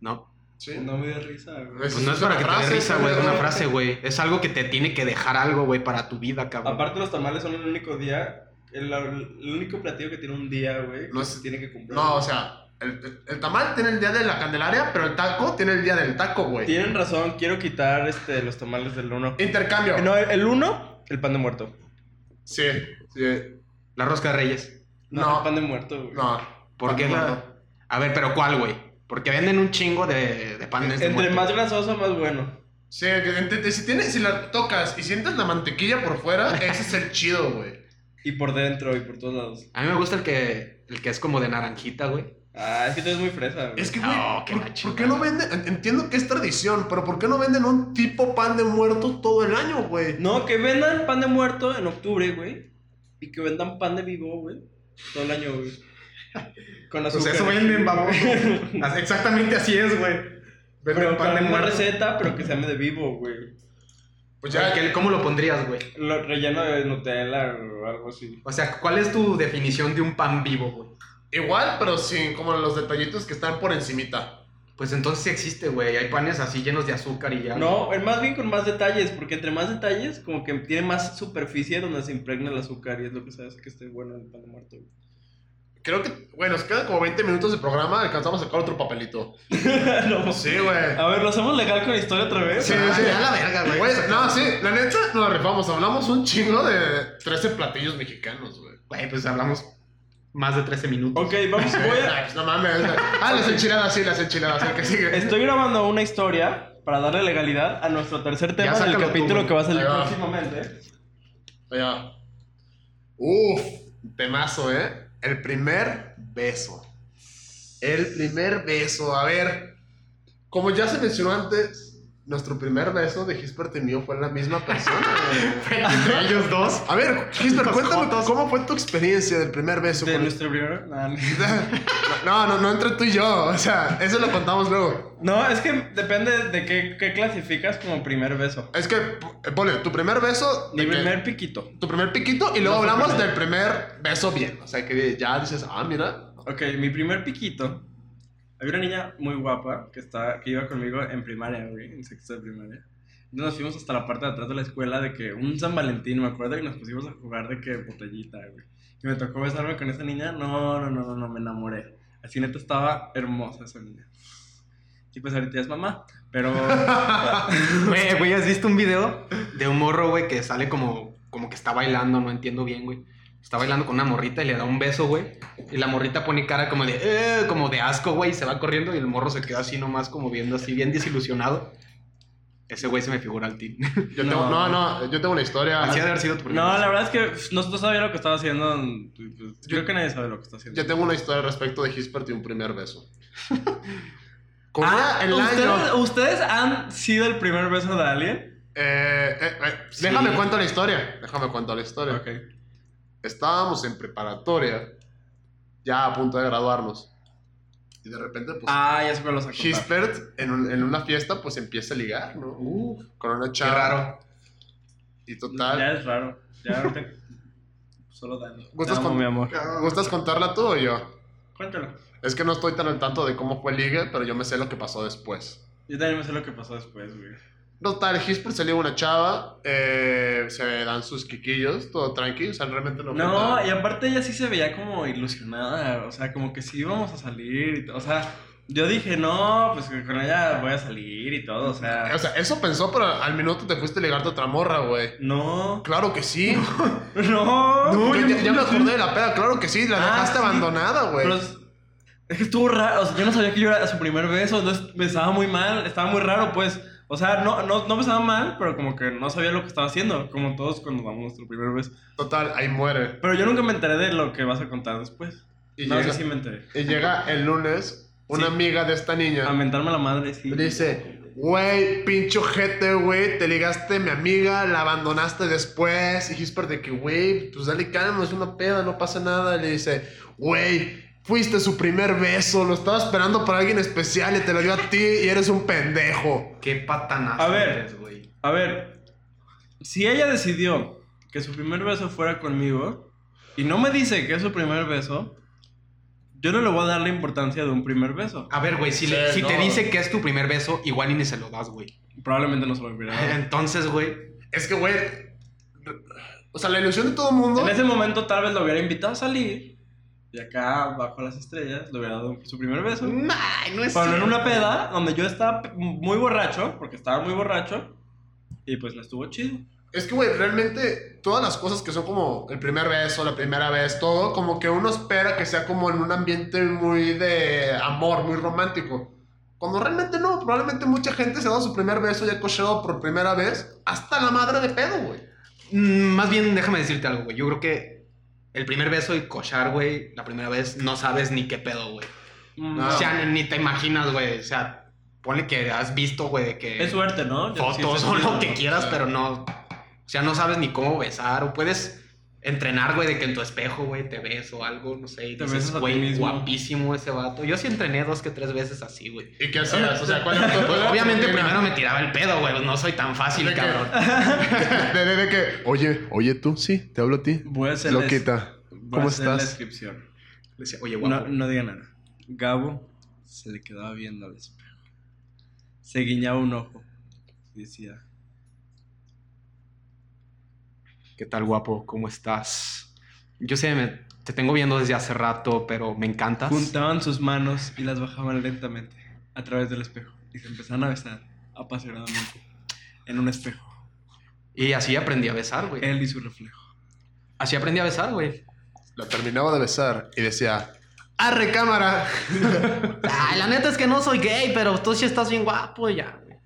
[SPEAKER 3] No.
[SPEAKER 1] Sí.
[SPEAKER 4] No me dio risa, güey.
[SPEAKER 1] Es-
[SPEAKER 3] Pues no es para
[SPEAKER 1] una
[SPEAKER 3] que te
[SPEAKER 1] frase,
[SPEAKER 3] dé risa,
[SPEAKER 1] es
[SPEAKER 3] güey, es
[SPEAKER 1] una
[SPEAKER 3] una
[SPEAKER 1] frase.
[SPEAKER 3] frase, güey. Es algo que te tiene que dejar algo, güey, para tu vida, cabrón.
[SPEAKER 4] Aparte, los tamales son el único día. El, el único platillo que tiene un día, güey.
[SPEAKER 1] No
[SPEAKER 4] que
[SPEAKER 1] es-
[SPEAKER 4] se tiene que cumplir.
[SPEAKER 1] No, o sea, el, el tamal tiene el día de la Candelaria, pero el taco tiene el día del taco, güey.
[SPEAKER 4] Tienen razón, quiero quitar este, los tamales del 1.
[SPEAKER 1] Intercambio.
[SPEAKER 4] No, el 1, el pan de muerto.
[SPEAKER 1] Sí, sí.
[SPEAKER 3] La rosca de reyes.
[SPEAKER 4] No,
[SPEAKER 1] No.
[SPEAKER 4] el pan de muerto, güey.
[SPEAKER 1] No.
[SPEAKER 3] ¿Por
[SPEAKER 1] Pan
[SPEAKER 3] qué
[SPEAKER 1] de
[SPEAKER 3] la-
[SPEAKER 1] muerto.
[SPEAKER 3] A ver, pero ¿cuál, güey? Porque venden un chingo de, de panes de
[SPEAKER 4] Entre
[SPEAKER 3] muerto.
[SPEAKER 4] más grasoso, más bueno.
[SPEAKER 1] Sí, que ent- ent- si, tienes, si la tocas y sientes la mantequilla por fuera, ese es el chido, güey.
[SPEAKER 4] Y por dentro y por todos lados.
[SPEAKER 3] A mí me gusta el que, el que es como de naranjita, güey.
[SPEAKER 4] Ah, es que tú eres muy fresa, güey.
[SPEAKER 1] Es que, güey,
[SPEAKER 3] No, qué
[SPEAKER 1] ¿por,
[SPEAKER 3] la
[SPEAKER 1] por
[SPEAKER 3] chingada.
[SPEAKER 1] qué no venden? en- Entiendo que es tradición, pero ¿por qué no venden un tipo pan de muerto todo el año, güey?
[SPEAKER 4] No, que vendan pan de muerto en octubre, güey. Y que vendan pan de vivo, güey. Todo el año, güey. Con azúcar.
[SPEAKER 3] Exactamente así es, güey.
[SPEAKER 4] Pero con la misma receta, pero que se llame de vivo, güey.
[SPEAKER 1] Pues ya,
[SPEAKER 3] ¿Cómo lo pondrías, güey?
[SPEAKER 4] Lo relleno de Nutella o algo así.
[SPEAKER 3] O sea, ¿cuál es tu definición de un pan vivo, güey?
[SPEAKER 1] igual, pero sin como los detallitos que están por encimita.
[SPEAKER 3] Pues entonces sí existe, güey. Hay panes así llenos de azúcar y ya.
[SPEAKER 4] No, eh, más bien con más detalles, porque entre más detalles, como que tiene más superficie donde se impregna el azúcar y es lo que sabes que esté bueno el pan de muerto. güey.
[SPEAKER 1] Creo que, bueno, nos quedan como 20 minutos de programa, alcanzamos a sacar otro papelito.
[SPEAKER 4] No.
[SPEAKER 1] Sí, güey.
[SPEAKER 4] A ver, ¿lo hacemos legal con historia otra vez?
[SPEAKER 1] Sí,
[SPEAKER 3] Ah,
[SPEAKER 1] sí.
[SPEAKER 3] ya la verga, güey.
[SPEAKER 1] Güey, no, sí, la neta, nos la rifamos. Hablamos un chingo de 13 platillos mexicanos, güey.
[SPEAKER 3] Güey, pues hablamos más de 13 minutos.
[SPEAKER 4] Ok, vamos, voy a...
[SPEAKER 1] Ay, pues, No mames. Ah, las enchiladas, sí, las enchiladas, el que sigue.
[SPEAKER 4] Estoy grabando una historia para darle legalidad a nuestro tercer tema del
[SPEAKER 3] sácalo tú,
[SPEAKER 4] capítulo
[SPEAKER 3] güey.
[SPEAKER 4] que va a salir
[SPEAKER 1] Ahí va.
[SPEAKER 4] próximamente.
[SPEAKER 1] Allá. Uf, temazo, ¿eh? El primer beso. El primer beso. A ver, como ya se mencionó antes, nuestro primer beso de Gisbert y mío fue la misma persona. güey.
[SPEAKER 3] Entre ellos dos.
[SPEAKER 1] A ver, Gisbert,
[SPEAKER 3] Los
[SPEAKER 1] cuéntame
[SPEAKER 3] jotos.
[SPEAKER 1] cómo fue tu experiencia del primer beso.
[SPEAKER 4] De
[SPEAKER 1] con-
[SPEAKER 4] nuestro primer...
[SPEAKER 1] Ah, No,
[SPEAKER 4] Nah, no.
[SPEAKER 1] no, no entre tú y yo. O sea, eso lo contamos luego.
[SPEAKER 4] No, es que depende de qué, qué clasificas como primer beso.
[SPEAKER 1] Es que, p- ponle, tu primer beso. de
[SPEAKER 4] Mi
[SPEAKER 1] que-
[SPEAKER 4] primer piquito.
[SPEAKER 1] Tu primer piquito y luego
[SPEAKER 4] No fue
[SPEAKER 1] hablamos
[SPEAKER 4] primero.
[SPEAKER 1] del primer beso bien. O sea, que ya dices, ah, mira.
[SPEAKER 4] Ok, mi primer piquito. Había una niña muy guapa que, estaba, que iba conmigo en primaria, güey, en sexto de primaria. Entonces nos fuimos hasta la parte de atrás de la escuela de que un San Valentín, me acuerdo, y nos pusimos a jugar de que botellita, güey. Y me tocó besarme con esa niña. No, no, no, no, no, me enamoré. Así neta estaba hermosa esa niña. Y pues ahorita ya es mamá, pero...
[SPEAKER 3] Güey, güey, ¿has visto un video de un morro, güey, que sale como, como que está bailando? No entiendo bien, güey. Está bailando con una morrita y le da un beso, güey. Y la morrita pone cara como de, "Eh", como de asco, güey, y se va corriendo y el morro se queda así nomás, como viendo así, bien desilusionado. Ese güey se me figura al team.
[SPEAKER 1] Yo no. Tengo, no, no, yo tengo una historia.
[SPEAKER 3] Así ha de haber sido tu primer
[SPEAKER 4] Ah, No,
[SPEAKER 3] beso.
[SPEAKER 4] la verdad es que pues, nosotros sabía lo que estaba haciendo. pues, creo que nadie sabe lo que está haciendo.
[SPEAKER 1] Yo tengo una historia respecto de Hispert y un primer beso. Corría
[SPEAKER 4] Ah,
[SPEAKER 1] el
[SPEAKER 4] ¿ustedes,
[SPEAKER 1] año.
[SPEAKER 4] ¿Ustedes han sido el primer beso de alguien?
[SPEAKER 1] Eh, eh, eh,
[SPEAKER 3] Sí.
[SPEAKER 1] Déjame cuento la historia. Déjame cuento la historia. Estábamos en preparatoria, ya a punto de graduarnos. Y de repente, pues,
[SPEAKER 4] Ah, ya se me los a contar.
[SPEAKER 1] Hispert en, un- en una fiesta, pues empieza a ligar, ¿no?
[SPEAKER 3] Uh,
[SPEAKER 1] Con una
[SPEAKER 3] qué
[SPEAKER 1] chava.
[SPEAKER 3] raro.
[SPEAKER 1] Y
[SPEAKER 4] Ya
[SPEAKER 1] total.
[SPEAKER 4] es raro. Ya ahorita- Solo Dani.
[SPEAKER 1] ¿Gustas,
[SPEAKER 4] Te amo,
[SPEAKER 1] con-
[SPEAKER 4] mi amor.
[SPEAKER 1] ¿Gustas contarla tú o yo?
[SPEAKER 4] Cuéntalo.
[SPEAKER 1] Es que no estoy tan al tanto de cómo fue el ligue, pero yo me sé lo que pasó después.
[SPEAKER 4] Yo también me sé lo que pasó después, güey.
[SPEAKER 1] Total, Hisper se liga una chava, eh, se dan sus quiquillos, todo tranqui, o sea, realmente no fue
[SPEAKER 4] No,
[SPEAKER 1] nada.
[SPEAKER 4] y aparte ella sí se veía como ilusionada. O sea, como que sí íbamos a salir. y t- O sea, yo dije, no, pues que con ella voy a salir y todo. O sea,
[SPEAKER 1] O sea, eso pensó, pero al minuto te fuiste a ligarte a otra morra, güey.
[SPEAKER 4] no.
[SPEAKER 1] Claro que sí.
[SPEAKER 4] No.
[SPEAKER 1] Yo ya, ya me acordé de la peda, claro que sí, la
[SPEAKER 4] Ah,
[SPEAKER 1] dejaste
[SPEAKER 4] sí.
[SPEAKER 1] abandonada, güey.
[SPEAKER 4] Pero es, es que estuvo raro, o sea, yo no sabía que yo era su primer beso, entonces besaba muy mal, estaba muy raro, pues. O sea, no, no, no besaba mal, pero como que no sabía lo que estaba haciendo, como todos cuando damos nuestro primer beso.
[SPEAKER 1] Total, ahí muere.
[SPEAKER 4] Pero yo nunca me enteré de lo que vas a contar después.
[SPEAKER 1] Y,
[SPEAKER 4] no,
[SPEAKER 1] llega,
[SPEAKER 4] yo sí me enteré.
[SPEAKER 1] y llega el lunes una
[SPEAKER 4] Sí.
[SPEAKER 1] amiga de esta niña.
[SPEAKER 4] A mentarme la madre, sí.
[SPEAKER 1] Le dice, güey, pincho jete, güey, te ligaste a mi amiga, la abandonaste después. Y Gisper de que, güey, pues dale calma, es una peda, no pasa nada. Le dice, güey, Fuiste su primer beso, lo estaba esperando para alguien especial y te lo dio a ti y eres un pendejo.
[SPEAKER 3] Qué patanazo
[SPEAKER 4] A ver.
[SPEAKER 3] eres, güey.
[SPEAKER 4] A ver, si ella decidió que su primer beso fuera conmigo y no me dice que es su primer beso, yo no le voy a dar la importancia de un primer beso.
[SPEAKER 3] A ver, güey, si, le-
[SPEAKER 1] Sí,
[SPEAKER 3] si te
[SPEAKER 1] no.
[SPEAKER 3] dice que es tu primer beso, igual y ni se lo das, güey.
[SPEAKER 4] Probablemente no se lo hubiera
[SPEAKER 1] Ah.
[SPEAKER 4] dado.
[SPEAKER 3] Entonces, güey,
[SPEAKER 1] Es que, güey. O sea, la ilusión de todo el mundo.
[SPEAKER 4] En ese momento tal vez lo hubiera invitado a salir y acá bajo las estrellas le hubiera dado su primer beso.
[SPEAKER 3] ay, no Mm, es.
[SPEAKER 4] Pero no en
[SPEAKER 3] cierto.
[SPEAKER 4] una peda donde yo estaba pe- muy borracho, porque estaba muy borracho, y pues no estuvo chido.
[SPEAKER 1] Es que, güey, realmente todas las cosas que son como el primer beso, la primera vez, todo, como que uno espera que sea como en un ambiente muy de amor, muy romántico. Cuando realmente no, probablemente mucha gente se ha dado su primer beso y ha cocheado por primera vez hasta la madre de pedo, güey.
[SPEAKER 3] Mm, Más bien, déjame decirte algo, güey. Yo creo que el primer beso y cochar, güey, la primera vez no sabes ni qué pedo, güey.
[SPEAKER 1] Ah.
[SPEAKER 3] O sea, ni te imaginas, güey. O sea, ponle que has visto, güey, de que
[SPEAKER 4] Es suerte, ¿no? Ya sí,
[SPEAKER 3] fotos
[SPEAKER 4] sí,
[SPEAKER 3] o
[SPEAKER 4] sí,
[SPEAKER 3] lo
[SPEAKER 4] ¿no?
[SPEAKER 3] que quieras,
[SPEAKER 1] Claro.
[SPEAKER 3] pero no. O sea, no sabes ni cómo besar. O puedes entrenar, güey, de que en tu espejo, güey, te ves o algo, no sé. Y
[SPEAKER 4] Te
[SPEAKER 3] dices,
[SPEAKER 4] besas a ti
[SPEAKER 3] güey,
[SPEAKER 4] mismo".
[SPEAKER 3] guapísimo ese vato. Yo sí entrené dos que tres veces así, güey.
[SPEAKER 1] ¿Y qué hacías? O sea, ¿cuál era tu-
[SPEAKER 4] Pues,
[SPEAKER 1] cuál era tu
[SPEAKER 3] Obviamente
[SPEAKER 1] rutina?
[SPEAKER 3] primero me tiraba el pedo, güey. No soy tan fácil,
[SPEAKER 1] ¿De qué?
[SPEAKER 3] cabrón.
[SPEAKER 1] De, de- de que, oye, oye tú, sí, te hablo a ti.
[SPEAKER 4] Voy a hacer la-
[SPEAKER 1] Loquita,
[SPEAKER 4] voy a
[SPEAKER 1] ¿cómo
[SPEAKER 4] hacer la
[SPEAKER 1] estás?
[SPEAKER 4] descripción.
[SPEAKER 3] Le decía, oye, guapo.
[SPEAKER 4] No, no diga nada. Gabo se le quedaba viendo al espejo. Se guiñaba un ojo. Y decía,
[SPEAKER 5] ¿Qué tal, guapo? ¿Cómo estás? Yo sé, me- te tengo viendo desde hace rato, pero me encantas.
[SPEAKER 4] juntaban sus manos y las bajaban lentamente a través del espejo. Y se empezaban a besar apasionadamente en un espejo.
[SPEAKER 5] Y así aprendí a besar, güey.
[SPEAKER 4] Él y su reflejo.
[SPEAKER 5] Así aprendí a besar, güey.
[SPEAKER 1] La terminaba de besar y decía, ¡arre cámara!
[SPEAKER 3] Ay, la neta es que no soy gay, pero tú sí estás bien guapo y ya, güey.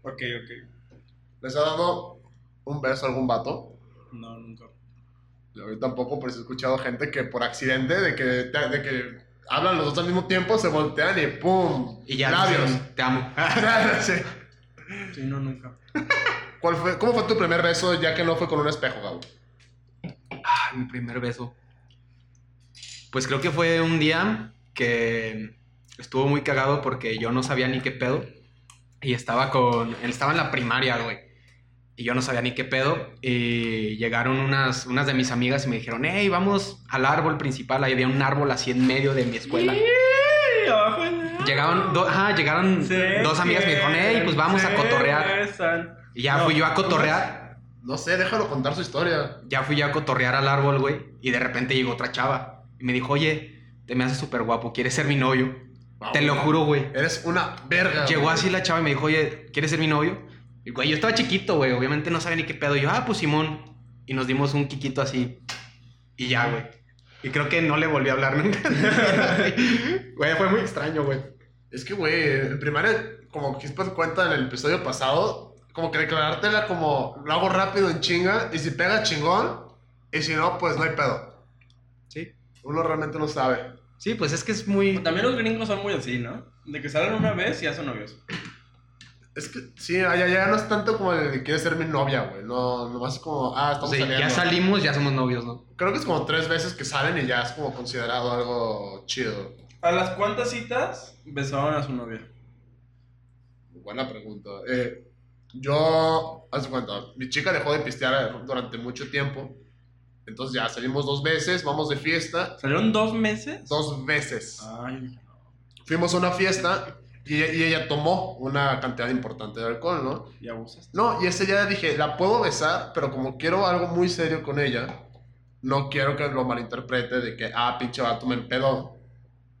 [SPEAKER 4] Ok, ok.
[SPEAKER 1] ¿Les ha dado un beso a algún vato?
[SPEAKER 4] No, nunca.
[SPEAKER 1] Yo tampoco, pero sí he escuchado gente que por accidente, de que, de que hablan los dos al mismo tiempo, se voltean y ¡pum!
[SPEAKER 3] Y ya.
[SPEAKER 1] Labios.
[SPEAKER 3] dicen, Te amo.
[SPEAKER 1] Sí.
[SPEAKER 4] Sí, no, nunca.
[SPEAKER 1] ¿Cuál fue, ¿Cómo fue tu primer beso ya que no fue con un espejo, Gabo?
[SPEAKER 3] Ay, mi primer beso. Pues creo que fue un día que estuvo muy cagado porque yo no sabía ni qué pedo. Y estaba con. Estaba en la primaria, güey. Y yo no sabía ni qué pedo. Y llegaron unas, unas de mis amigas y me dijeron, hey, vamos al árbol principal. Ahí había un árbol así en medio de mi escuela. Llegaron, do- ajá, llegaron dos amigas y me dijeron, hey, pues vamos a cotorrear. Y ya
[SPEAKER 4] No,
[SPEAKER 3] fui yo a
[SPEAKER 4] ¿cómo es?
[SPEAKER 3] cotorrear.
[SPEAKER 1] No sé, déjalo contar su historia.
[SPEAKER 3] ya fui yo a cotorrear al árbol, güey, y de repente llegó otra chava. Y me dijo, oye, te me haces súper guapo, ¿quieres ser mi novio? Te lo juro, güey.
[SPEAKER 1] Eres una verga.
[SPEAKER 3] Llegó
[SPEAKER 1] güey.
[SPEAKER 3] así la chava y me dijo, oye, ¿quieres ser mi novio? Y, güey, yo estaba chiquito, güey, obviamente no sabía ni qué pedo. Y yo, ah, pues Simón. Y nos dimos un quiquito así. Y ya, güey. Y creo que no le volví a hablar nunca. Güey, fue muy extraño, güey.
[SPEAKER 1] Es que, güey, en primaria, como Kispert cuenta en el episodio pasado, como que declarártela como lo hago rápido en chinga y si pega chingón y si no, pues no hay pedo.
[SPEAKER 3] Sí.
[SPEAKER 1] Uno realmente no sabe.
[SPEAKER 3] Sí, pues es que es muy...
[SPEAKER 4] También los gringos son muy así, ¿no? De que salen una vez y ya son novios.
[SPEAKER 1] Es que, sí, allá ya no es tanto como el de quiere ser mi novia, güey. No, nomás es como, ah,
[SPEAKER 3] o
[SPEAKER 1] estamos
[SPEAKER 3] sea,
[SPEAKER 1] saliendo.
[SPEAKER 3] pues, ya salimos, ya somos novios, ¿no?
[SPEAKER 1] Creo que es como tres veces que salen y ya es como considerado algo chido.
[SPEAKER 4] ¿A las cuántas citas besaban a su novia?
[SPEAKER 1] Buena pregunta. Eh, yo, haz de cuenta, mi chica dejó de pistear eh, durante mucho tiempo. Entonces ya salimos dos veces, vamos de fiesta.
[SPEAKER 4] ¿Salieron dos meses?
[SPEAKER 1] Dos veces.
[SPEAKER 4] Ah. Ay,
[SPEAKER 1] Fuimos a una fiesta y ella, y ella tomó una cantidad importante de alcohol, ¿no?
[SPEAKER 4] y abusaste.
[SPEAKER 1] No, y ese día dije, la puedo besar, pero como quiero algo muy serio con ella, no quiero que lo malinterprete de que, ah, pinche vato me empedó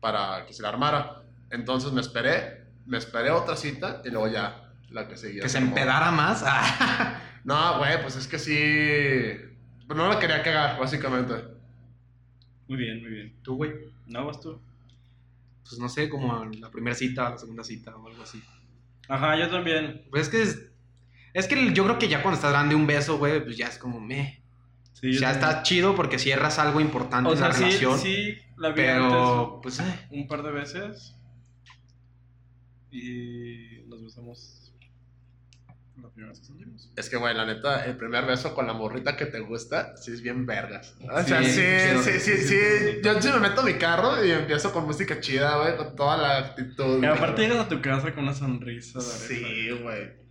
[SPEAKER 1] para que se la armara. Entonces me esperé, me esperé otra cita y luego ya la que seguía.
[SPEAKER 3] Que se
[SPEAKER 1] armó.
[SPEAKER 3] empedara más.
[SPEAKER 1] No, güey, pues es que sí. Pero no la quería cagar, básicamente.
[SPEAKER 4] Muy bien, muy bien.
[SPEAKER 3] Tú, güey.
[SPEAKER 4] No, vas tú.
[SPEAKER 3] Pues no sé, como la primera cita, la segunda cita o algo así.
[SPEAKER 4] Ajá, yo también.
[SPEAKER 3] Pues es que es, es que yo creo que ya cuando estás grande un beso, güey, pues ya es como me.
[SPEAKER 4] Sí, yo
[SPEAKER 3] Ya
[SPEAKER 4] también.
[SPEAKER 3] está chido porque cierras algo importante
[SPEAKER 4] O sea,
[SPEAKER 3] en la
[SPEAKER 4] sí,
[SPEAKER 3] relación.
[SPEAKER 4] sí, la vi
[SPEAKER 3] pero pues eh,
[SPEAKER 4] antes un par de veces. Y nos besamos La primera vez que salimos.
[SPEAKER 1] Es que, güey, la neta, el primer beso con la morrita que te gusta, sí es bien vergas. O sea,
[SPEAKER 3] Sí,
[SPEAKER 1] sí,
[SPEAKER 3] chido.
[SPEAKER 1] sí, sí, sí. Yo sí me meto a mi carro y empiezo con música chida, güey, con toda la actitud.
[SPEAKER 4] Y
[SPEAKER 1] güey.
[SPEAKER 4] aparte llegas a tu casa con una sonrisa de oreja.
[SPEAKER 1] Sí, güey.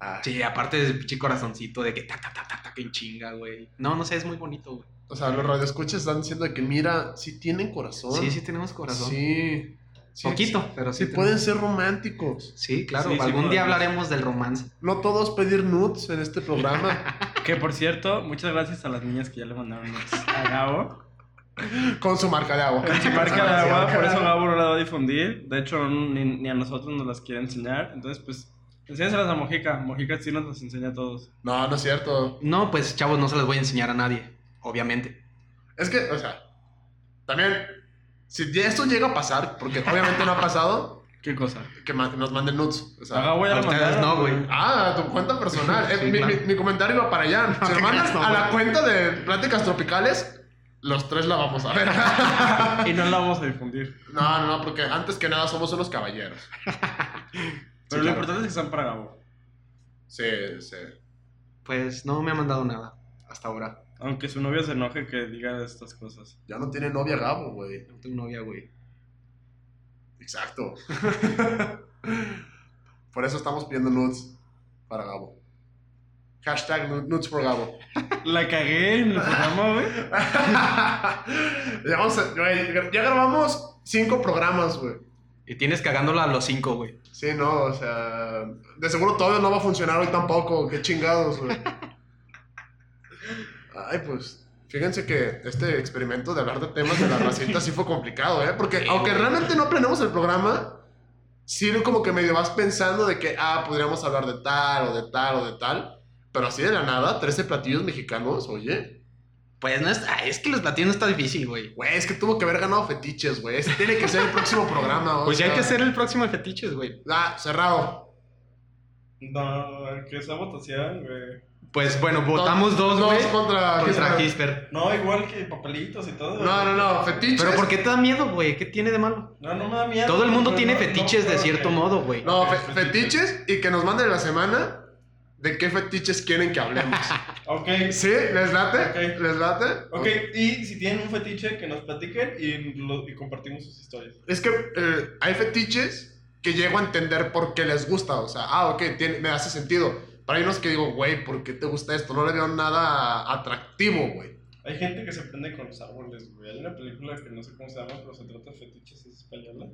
[SPEAKER 1] Ah,
[SPEAKER 3] Sí, aparte del pinche corazoncito de que ta, ta, ta, ta, ta, que en chinga, güey. No, no sé, es muy bonito, güey.
[SPEAKER 1] O sea, los radioescuchas están diciendo de que, mira, sí tienen corazón.
[SPEAKER 3] Sí, sí tenemos corazón.
[SPEAKER 1] Sí. Sí,
[SPEAKER 3] Poquito,
[SPEAKER 1] sí,
[SPEAKER 3] pero sí
[SPEAKER 1] sí
[SPEAKER 3] tenemos.
[SPEAKER 1] pueden ser románticos.
[SPEAKER 3] Sí, claro.
[SPEAKER 4] Sí, sí,
[SPEAKER 3] algún día
[SPEAKER 4] podemos.
[SPEAKER 3] hablaremos del romance.
[SPEAKER 1] No todos pedir nudes en este programa.
[SPEAKER 4] Que por cierto, muchas gracias a las niñas que ya le mandaron nudes a Gabo.
[SPEAKER 1] con su marca de agua.
[SPEAKER 4] Su marca de agua, por eso Gabo no la va a difundir. De hecho, ni, ni a nosotros nos las quiere enseñar. Entonces, pues, enséñaselas a Mojica. Mojica sí nos las enseña a todos.
[SPEAKER 1] No, no es cierto.
[SPEAKER 3] No, pues chavos, no se las voy a enseñar a nadie, obviamente.
[SPEAKER 1] Es que, o sea, también, si ya esto llega a pasar, porque obviamente no ha pasado,
[SPEAKER 4] ¿Qué cosa?
[SPEAKER 1] que ma- nos manden nudes. O
[SPEAKER 4] A
[SPEAKER 1] sea,
[SPEAKER 4] Gabo ya
[SPEAKER 3] a
[SPEAKER 4] la
[SPEAKER 3] ustedes
[SPEAKER 4] mandaron.
[SPEAKER 3] no, güey.
[SPEAKER 1] ah, a tu cuenta personal. Eh,
[SPEAKER 3] Sí,
[SPEAKER 1] mi,
[SPEAKER 3] claro.
[SPEAKER 1] mi- mi comentario iba para allá. si
[SPEAKER 3] te
[SPEAKER 1] nos mandan
[SPEAKER 3] creas, no,
[SPEAKER 1] a la
[SPEAKER 3] güey.
[SPEAKER 1] cuenta de Pláticas Tropicales, los tres la vamos a ver.
[SPEAKER 4] Y no la vamos a difundir.
[SPEAKER 1] no, no, no, porque antes que nada somos unos caballeros.
[SPEAKER 4] Pero
[SPEAKER 3] claro.
[SPEAKER 4] lo importante es que sean para Gabo.
[SPEAKER 1] Sí, sí.
[SPEAKER 3] Pues no me ha mandado nada hasta ahora.
[SPEAKER 4] Aunque su novio se enoje que diga estas cosas.
[SPEAKER 1] Ya no tiene novia Gabo, güey.
[SPEAKER 3] No tengo novia, güey.
[SPEAKER 1] Exacto. Por eso estamos pidiendo nudes para Gabo. Hashtag nu- nudes for Gabo.
[SPEAKER 4] La cagué en el programa, güey.
[SPEAKER 1] ya, vamos a- güey, ya grabamos cinco programas, güey.
[SPEAKER 3] Y tienes cagándola a los cinco, güey.
[SPEAKER 1] Sí, no, o sea. De seguro todavía no va a funcionar hoy tampoco. Qué chingados, güey. Ay, pues. Fíjense que este experimento de hablar de temas de la racita sí fue complicado, ¿eh? Porque aunque realmente no planeamos el programa, sí como que medio vas pensando de que, ah, podríamos hablar de tal o de tal o de tal. Pero así de la nada, 13 platillos mexicanos, oye.
[SPEAKER 3] Pues no es, ay, es que los platillos no está difícil, güey.
[SPEAKER 1] Güey, es que tuvo que haber ganado fetiches, güey. Ese tiene que ser el próximo programa, o
[SPEAKER 3] Pues ya hay
[SPEAKER 1] sea.
[SPEAKER 3] que hacer el próximo de fetiches, güey.
[SPEAKER 1] Ah, cerrado.
[SPEAKER 4] No, que esa votación, güey.
[SPEAKER 3] Pues bueno, votamos dos,
[SPEAKER 1] Dos
[SPEAKER 3] güey.
[SPEAKER 1] contra,
[SPEAKER 3] Contra Gisper.
[SPEAKER 4] No, igual que papelitos y todo.
[SPEAKER 1] No, no, no, fetiches.
[SPEAKER 3] Pero ¿por qué te da miedo, güey? ¿Qué tiene de malo?
[SPEAKER 4] No, no me da miedo.
[SPEAKER 3] Todo el mundo
[SPEAKER 4] pero
[SPEAKER 3] tiene
[SPEAKER 4] no- no
[SPEAKER 3] fetiches de
[SPEAKER 4] creo
[SPEAKER 3] cierto
[SPEAKER 4] que-
[SPEAKER 3] modo, güey.
[SPEAKER 1] No, fe-
[SPEAKER 4] Fetiches.
[SPEAKER 1] fetiches y que nos manden la semana de qué fetiches quieren que hablemos.
[SPEAKER 4] Ok.
[SPEAKER 1] ¿Sí? ¿Les late?
[SPEAKER 4] Ok.
[SPEAKER 1] ¿Les late?
[SPEAKER 4] Ok, y si tienen un fetiche, que nos platiquen y, lo- y compartimos sus historias.
[SPEAKER 1] Es que eh, hay fetiches que llego a entender por qué les gusta. O sea, ah, ok, tiene- me hace sentido. Pero hay unos que digo, güey, ¿por qué te gusta esto? No le veo nada atractivo, güey.
[SPEAKER 4] Hay gente que se prende con los árboles, güey. Hay una película que no sé cómo se llama, pero se trata de fetiches, es española.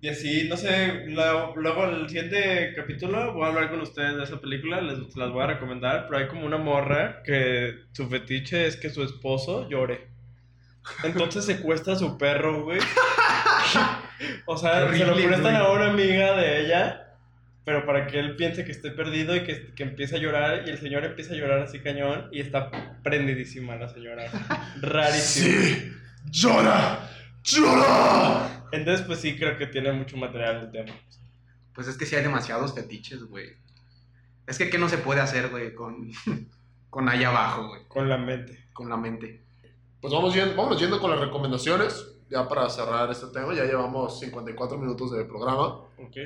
[SPEAKER 4] Y así, no sé, la- luego en el siguiente capítulo voy a hablar con ustedes de esa película, les se las voy a recomendar, pero hay como una morra que su fetiche es que su esposo llore. Entonces secuestra a su perro, güey. O sea, se lo
[SPEAKER 3] Horrible,
[SPEAKER 4] prestan
[SPEAKER 3] güey.
[SPEAKER 4] a una amiga de ella, pero para que él piense que esté perdido y que, que empiece a llorar, y el señor empieza a llorar así cañón, y está prendidísima la señora. Rarísimo.
[SPEAKER 1] Sí, llora, llora.
[SPEAKER 4] Entonces, pues sí, creo que tiene mucho material el tema.
[SPEAKER 3] Pues es que sí hay demasiados fetiches, güey. Es que qué no se puede hacer, güey, con, con allá abajo, güey.
[SPEAKER 4] Con la mente.
[SPEAKER 3] Con la mente.
[SPEAKER 1] Pues vamos yendo, vámonos yendo con las recomendaciones. Ya para cerrar este tema, ya llevamos 54 minutos de programa.
[SPEAKER 4] Ok.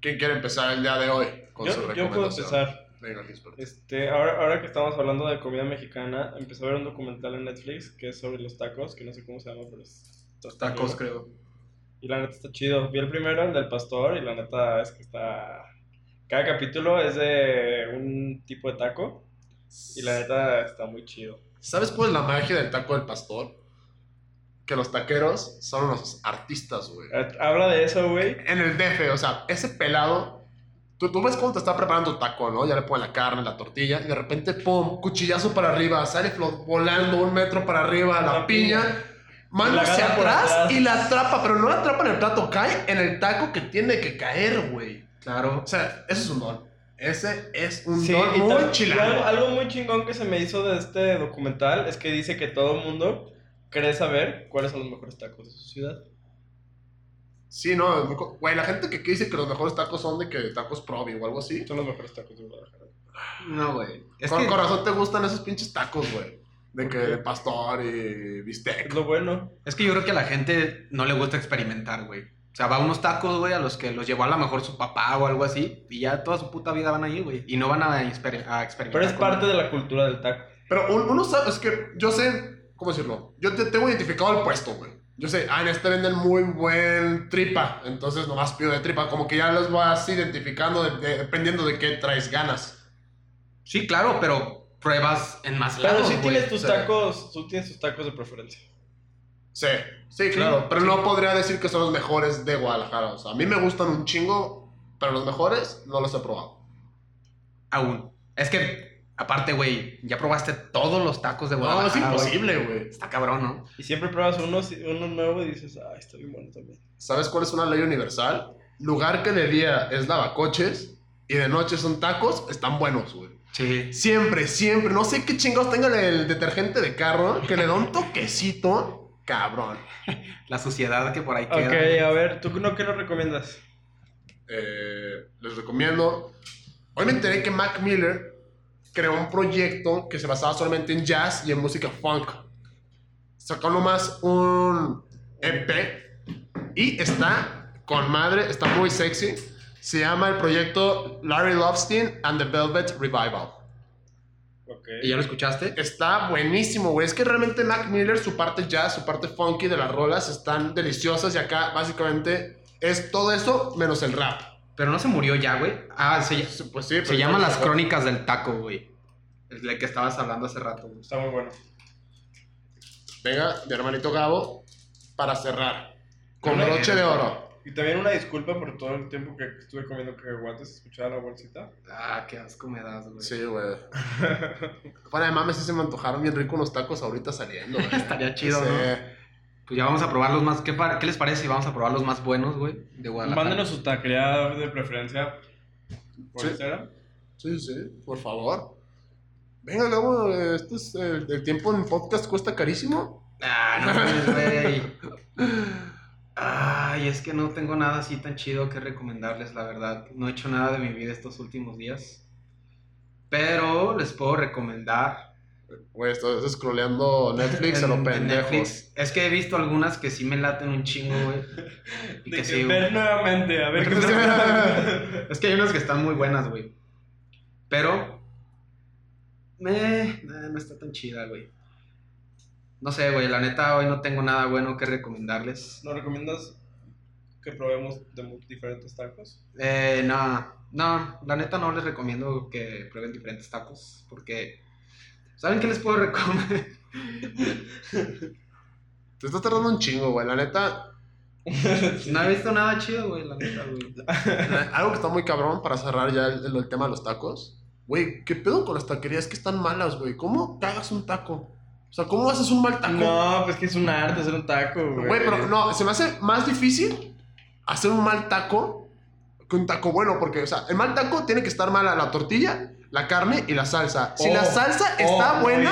[SPEAKER 1] ¿Quién quiere empezar el día de hoy con su
[SPEAKER 4] Yo,
[SPEAKER 1] recomendación?
[SPEAKER 4] yo puedo empezar.
[SPEAKER 1] Venga, Gisbert.
[SPEAKER 4] Este, ahora, ahora que estamos hablando de comida mexicana, empecé a ver un documental en Netflix que es sobre los tacos, que no sé cómo se llama, pero es.
[SPEAKER 3] Los tacos, creo.
[SPEAKER 4] Y la neta está chido. Vi el primero, el del pastor, y la neta es que está. Cada capítulo es de un tipo de taco, y la neta está muy chido.
[SPEAKER 1] ¿Sabes cuál es la magia del taco del pastor? Que los taqueros son los artistas, güey.
[SPEAKER 4] Eh, Habla de eso, güey.
[SPEAKER 1] En el DF, o sea, ese pelado. Tú, tú ves cómo te está preparando el taco, ¿no? Ya le ponen la carne, la tortilla, y de repente, ¡pum! Cuchillazo para arriba, sale flo- volando un metro para arriba la,
[SPEAKER 4] La
[SPEAKER 1] piña,
[SPEAKER 4] piña.
[SPEAKER 1] mano
[SPEAKER 4] La
[SPEAKER 1] hacia
[SPEAKER 4] agarra por
[SPEAKER 1] atrás,
[SPEAKER 4] atrás.
[SPEAKER 1] y la atrapa, pero no la atrapa en el plato, cae en el taco que tiene que caer, güey.
[SPEAKER 3] Claro.
[SPEAKER 1] O sea, eso es un don. Ese es un
[SPEAKER 4] Sí,
[SPEAKER 1] don
[SPEAKER 4] y
[SPEAKER 1] muy
[SPEAKER 4] tal- y
[SPEAKER 1] chilango.
[SPEAKER 4] algo, algo muy chingón que se me hizo de este documental es que dice que todo el mundo cree saber cuáles son los mejores tacos de su ciudad.
[SPEAKER 1] Sí, no, es muy co- güey, la gente que que dice que los mejores tacos son de que tacos Provi o algo así.
[SPEAKER 4] Son los mejores tacos de Guadalajara.
[SPEAKER 3] No, güey. Es
[SPEAKER 1] Con
[SPEAKER 3] que
[SPEAKER 1] corazón te gustan esos pinches tacos, güey. De
[SPEAKER 4] ¿Por
[SPEAKER 1] que
[SPEAKER 4] qué?
[SPEAKER 1] de pastor y bistec.
[SPEAKER 4] Es lo bueno.
[SPEAKER 3] Es que yo creo que a la gente no le gusta experimentar, güey. O sea, va a unos tacos, güey, a los que los llevó a lo mejor su papá o algo así. Y ya toda su puta vida van ahí, güey. Y no van a, exper- a experimentar.
[SPEAKER 4] Pero es
[SPEAKER 3] con-
[SPEAKER 4] parte de la cultura del taco.
[SPEAKER 1] Pero un- uno sabe, es que yo sé, ¿cómo decirlo? Yo te tengo identificado el puesto, güey. Yo sé, ah, en este venden muy buen tripa, entonces nomás pido de tripa. Como que ya los vas identificando de- de- dependiendo de qué traes ganas.
[SPEAKER 3] Sí, claro, pero pruebas en más
[SPEAKER 4] Pero
[SPEAKER 3] lados,
[SPEAKER 4] sí
[SPEAKER 3] güey.
[SPEAKER 4] tienes tus
[SPEAKER 3] O sea,
[SPEAKER 4] tacos, tú tienes tus tacos de preferencia.
[SPEAKER 1] Sí, sí, claro. Pero no podría decir que son los mejores de Guadalajara. O sea, a mí me gustan un chingo, pero los mejores no los he probado.
[SPEAKER 3] Aún. Es que, aparte, güey, ya probaste todos los tacos de
[SPEAKER 1] No,
[SPEAKER 3] Guadalajara.
[SPEAKER 1] es
[SPEAKER 3] güey.
[SPEAKER 1] imposible, güey.
[SPEAKER 3] Está cabrón, ¿no?
[SPEAKER 4] Y siempre pruebas uno, uno nuevo y dices, ay, está bien bueno también.
[SPEAKER 1] ¿Sabes cuál es una ley universal? Lugar que de día es lavacoches y de noche son tacos, están buenos, güey.
[SPEAKER 3] Sí.
[SPEAKER 1] Siempre, siempre. No sé qué chingados tengan el detergente de carro que le da un toquecito. Cabrón.
[SPEAKER 3] La suciedad que por ahí
[SPEAKER 4] Ok,
[SPEAKER 3] queda.
[SPEAKER 4] a ver, ¿tú no, qué nos recomiendas?
[SPEAKER 1] Eh, les recomiendo. Hoy me enteré que Mac Miller creó un proyecto que se basaba solamente en jazz y en música funk. Sacó nomás un EP y está con madre, está muy sexy. Se llama el proyecto Larry Lovestein and the Velvet Revival.
[SPEAKER 4] Ok.
[SPEAKER 3] ¿Y ya lo escuchaste?
[SPEAKER 1] Está buenísimo, güey. Es que realmente Mac Miller, su parte jazz, su parte funky de las rolas están deliciosas y acá básicamente es todo eso menos el rap.
[SPEAKER 3] Pero no se murió ya, güey. Ah, se,
[SPEAKER 1] Sí, Pues sí,
[SPEAKER 3] se llama Las Crónicas del Taco, güey. Es la que estabas hablando hace rato, güey.
[SPEAKER 4] Está muy bueno.
[SPEAKER 1] Venga, mi hermanito Gabo, para cerrar. Con
[SPEAKER 4] Con la-
[SPEAKER 1] broche de oro.
[SPEAKER 4] Y también una disculpa por todo el tiempo que estuve comiendo cacahuates, escuchaba la bolsita.
[SPEAKER 3] Ah, qué asco me das, güey.
[SPEAKER 1] Sí, güey. Fuera de mames, sí se me antojaron bien rico unos tacos ahorita saliendo, güey.
[SPEAKER 3] Estaría chido,
[SPEAKER 1] Sí.
[SPEAKER 3] ¿no? Pues ya vamos a probar los más. ¿Qué, par- qué les parece si vamos a probar los más buenos, güey? De Guadalajara.
[SPEAKER 4] Mándenos su taquería de preferencia por
[SPEAKER 1] Sí.
[SPEAKER 4] Instagram.
[SPEAKER 1] Sí, sí, por favor. Venga, Gabo, eh, esto es, eh, el tiempo en podcast cuesta carísimo.
[SPEAKER 3] Ah, no mames, güey. Ay, es que no tengo nada así tan chido que recomendarles, la verdad. No he hecho nada de mi vida estos últimos días. Pero les puedo recomendar.
[SPEAKER 1] Güey, estás scrolleando Netflix a
[SPEAKER 3] en-
[SPEAKER 1] lo
[SPEAKER 3] en
[SPEAKER 1] pendejo.
[SPEAKER 3] Netflix. Es que he visto algunas que sí me laten un chingo, güey. Y que
[SPEAKER 4] De que
[SPEAKER 3] sí, güey.
[SPEAKER 4] ver nuevamente, a ver qué tal.
[SPEAKER 3] Es que hay unas que están muy buenas, güey. Pero. Me, nah, no está tan chida, güey. No sé, güey. La neta, hoy no tengo nada bueno que recomendarles.
[SPEAKER 4] ¿Nos recomiendas que probemos de mu- diferentes tacos?
[SPEAKER 3] Eh, no, no, la neta no les recomiendo que prueben diferentes tacos porque ¿saben qué les puedo recomendar?
[SPEAKER 1] Te estás tardando un chingo, güey. La neta,
[SPEAKER 3] No he visto nada chido, güey, la neta, güey.
[SPEAKER 1] algo que está muy cabrón para cerrar ya el, el tema de los tacos. Güey, ¿qué pedo con las taquerías que están malas, güey? ¿Cómo cagas un taco? O sea, ¿cómo haces un mal taco?
[SPEAKER 4] No, pues que es un arte hacer un taco, güey.
[SPEAKER 1] Güey, pero no, se me hace más difícil hacer un mal taco que un taco bueno, porque, o sea, el mal taco tiene que estar mala la tortilla, la carne y la salsa. Si
[SPEAKER 4] Oh,
[SPEAKER 1] la salsa está
[SPEAKER 4] oh,
[SPEAKER 1] buena,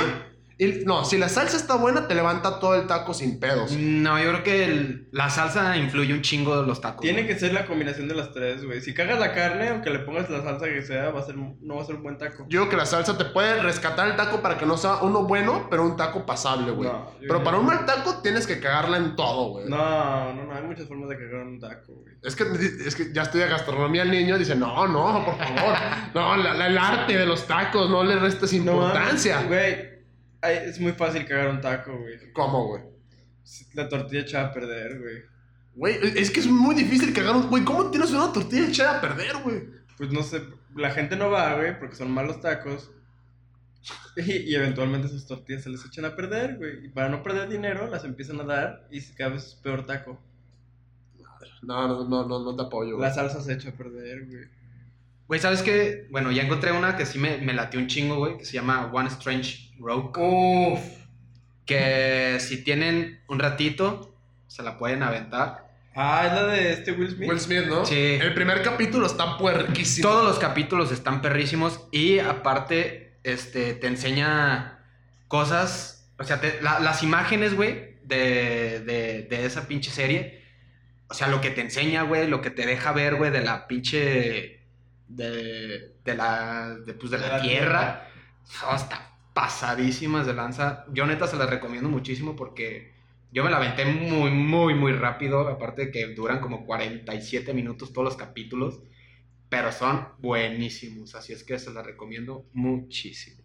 [SPEAKER 1] el- no, si la salsa está buena, te levanta todo el taco sin pedos.
[SPEAKER 4] Mm.
[SPEAKER 3] No, yo creo que el- la salsa influye un chingo de los tacos.
[SPEAKER 4] Tiene
[SPEAKER 3] güey.
[SPEAKER 4] que ser la combinación de las tres, güey. Si cagas la carne, aunque le pongas la salsa que sea, va a ser, no va a ser un buen taco.
[SPEAKER 1] Yo digo que la salsa te puede rescatar el taco para que no sea uno bueno, pero un taco pasable, güey.
[SPEAKER 4] No, yo-
[SPEAKER 1] pero para un mal taco tienes que cagarla en todo, güey.
[SPEAKER 4] No, no, no, hay muchas formas de cagar un taco, güey.
[SPEAKER 1] Es que, es que ya estudia gastronomía el niño, dice, no, no, por favor. No, la- la- el arte de los tacos, no le restes importancia.
[SPEAKER 4] mames, Güey, ay, es muy fácil cagar un taco, güey.
[SPEAKER 1] ¿Cómo, güey?
[SPEAKER 4] La tortilla echada a perder, güey.
[SPEAKER 1] Güey, es que es muy difícil cagar un... Güey, ¿cómo tienes una tortilla echada a perder, güey?
[SPEAKER 4] Pues no sé, la gente no va, güey, porque son malos tacos. Y, y eventualmente sus tortillas se les echan a perder, güey. Y para no perder dinero, las empiezan a dar y cada vez es peor taco.
[SPEAKER 1] No, no, no, no, no te apoyo, güey.
[SPEAKER 4] La salsa se echa a perder, güey.
[SPEAKER 3] Güey, ¿sabes qué? Bueno, ya encontré una que sí me, me latió un chingo, güey, que se llama One Strange Road.
[SPEAKER 4] Uff.
[SPEAKER 3] Que si tienen un ratito, se la pueden aventar.
[SPEAKER 4] Ah, es la de este Will Smith.
[SPEAKER 1] Will Smith, ¿no?
[SPEAKER 3] Sí.
[SPEAKER 1] El primer capítulo está puerquísimo.
[SPEAKER 3] Todos los capítulos están perrísimos y aparte este, te enseña cosas, o sea, te- la- las imágenes, güey, de, de- de esa pinche serie, o sea, lo que te enseña, güey, lo que te deja ver, güey, de la pinche, de, de la, de, pues, de la tierra, hasta pasadísimas de lanza. Yo neta se las recomiendo muchísimo porque Yo me la aventé muy, muy, muy rápido. Aparte de que duran como 47 minutos todos los capítulos. Pero son buenísimos. Así es que se la recomiendo muchísimo.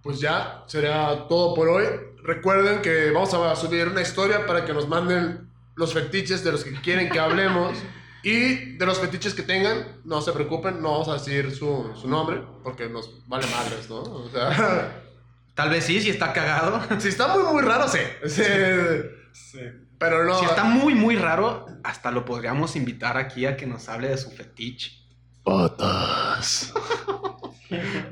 [SPEAKER 1] Pues ya, sería todo por hoy. Recuerden que vamos a subir una historia para que nos manden los fetiches de los que quieren que hablemos y de los fetiches que tengan. No se preocupen, no vamos a decir su, su nombre porque nos vale madres, ¿no? O sea,
[SPEAKER 3] Tal vez sí, si está cagado.
[SPEAKER 1] si está muy, muy raro, sí. Sí,
[SPEAKER 4] Sí.
[SPEAKER 1] Pero no.
[SPEAKER 3] Si está muy, muy raro, hasta lo podríamos invitar aquí a que nos hable de su fetiche.
[SPEAKER 1] Patas.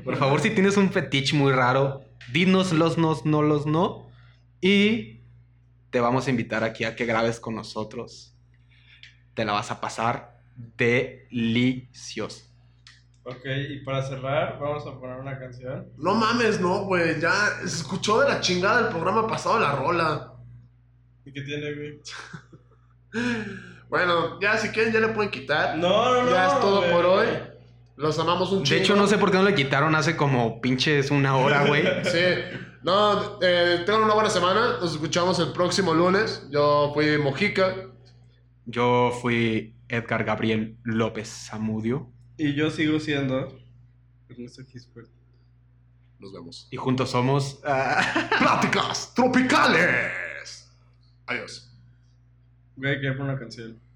[SPEAKER 3] Por favor, si tienes un fetiche muy raro, dinos los nos, no los no. Y te vamos a invitar aquí a que grabes con nosotros. Te la vas a pasar delicioso.
[SPEAKER 4] Ok, y para cerrar, vamos a poner una canción.
[SPEAKER 1] No mames, no, güey. Ya se escuchó de la chingada el programa pasado la rola.
[SPEAKER 4] ¿Y qué tiene, güey?
[SPEAKER 1] Bueno, ya si quieren, ya le pueden quitar.
[SPEAKER 4] No, no, no.
[SPEAKER 1] ya es todo
[SPEAKER 4] güey.
[SPEAKER 1] por hoy. Los amamos un chingo.
[SPEAKER 3] De hecho, no sé por qué no le quitaron hace como pinches una hora, güey.
[SPEAKER 1] Sí. No, eh, tengan una buena semana. Nos escuchamos el próximo lunes. Yo fui Mojica.
[SPEAKER 3] Yo fui Edgar Gabriel López Zamudio
[SPEAKER 4] Y yo sigo siendo pues, Ernesto Gisbert.
[SPEAKER 1] Nos vemos.
[SPEAKER 3] y juntos somos... ah,
[SPEAKER 1] Pláticas tropicales. Adiós.
[SPEAKER 4] Voy a querer poner una canción.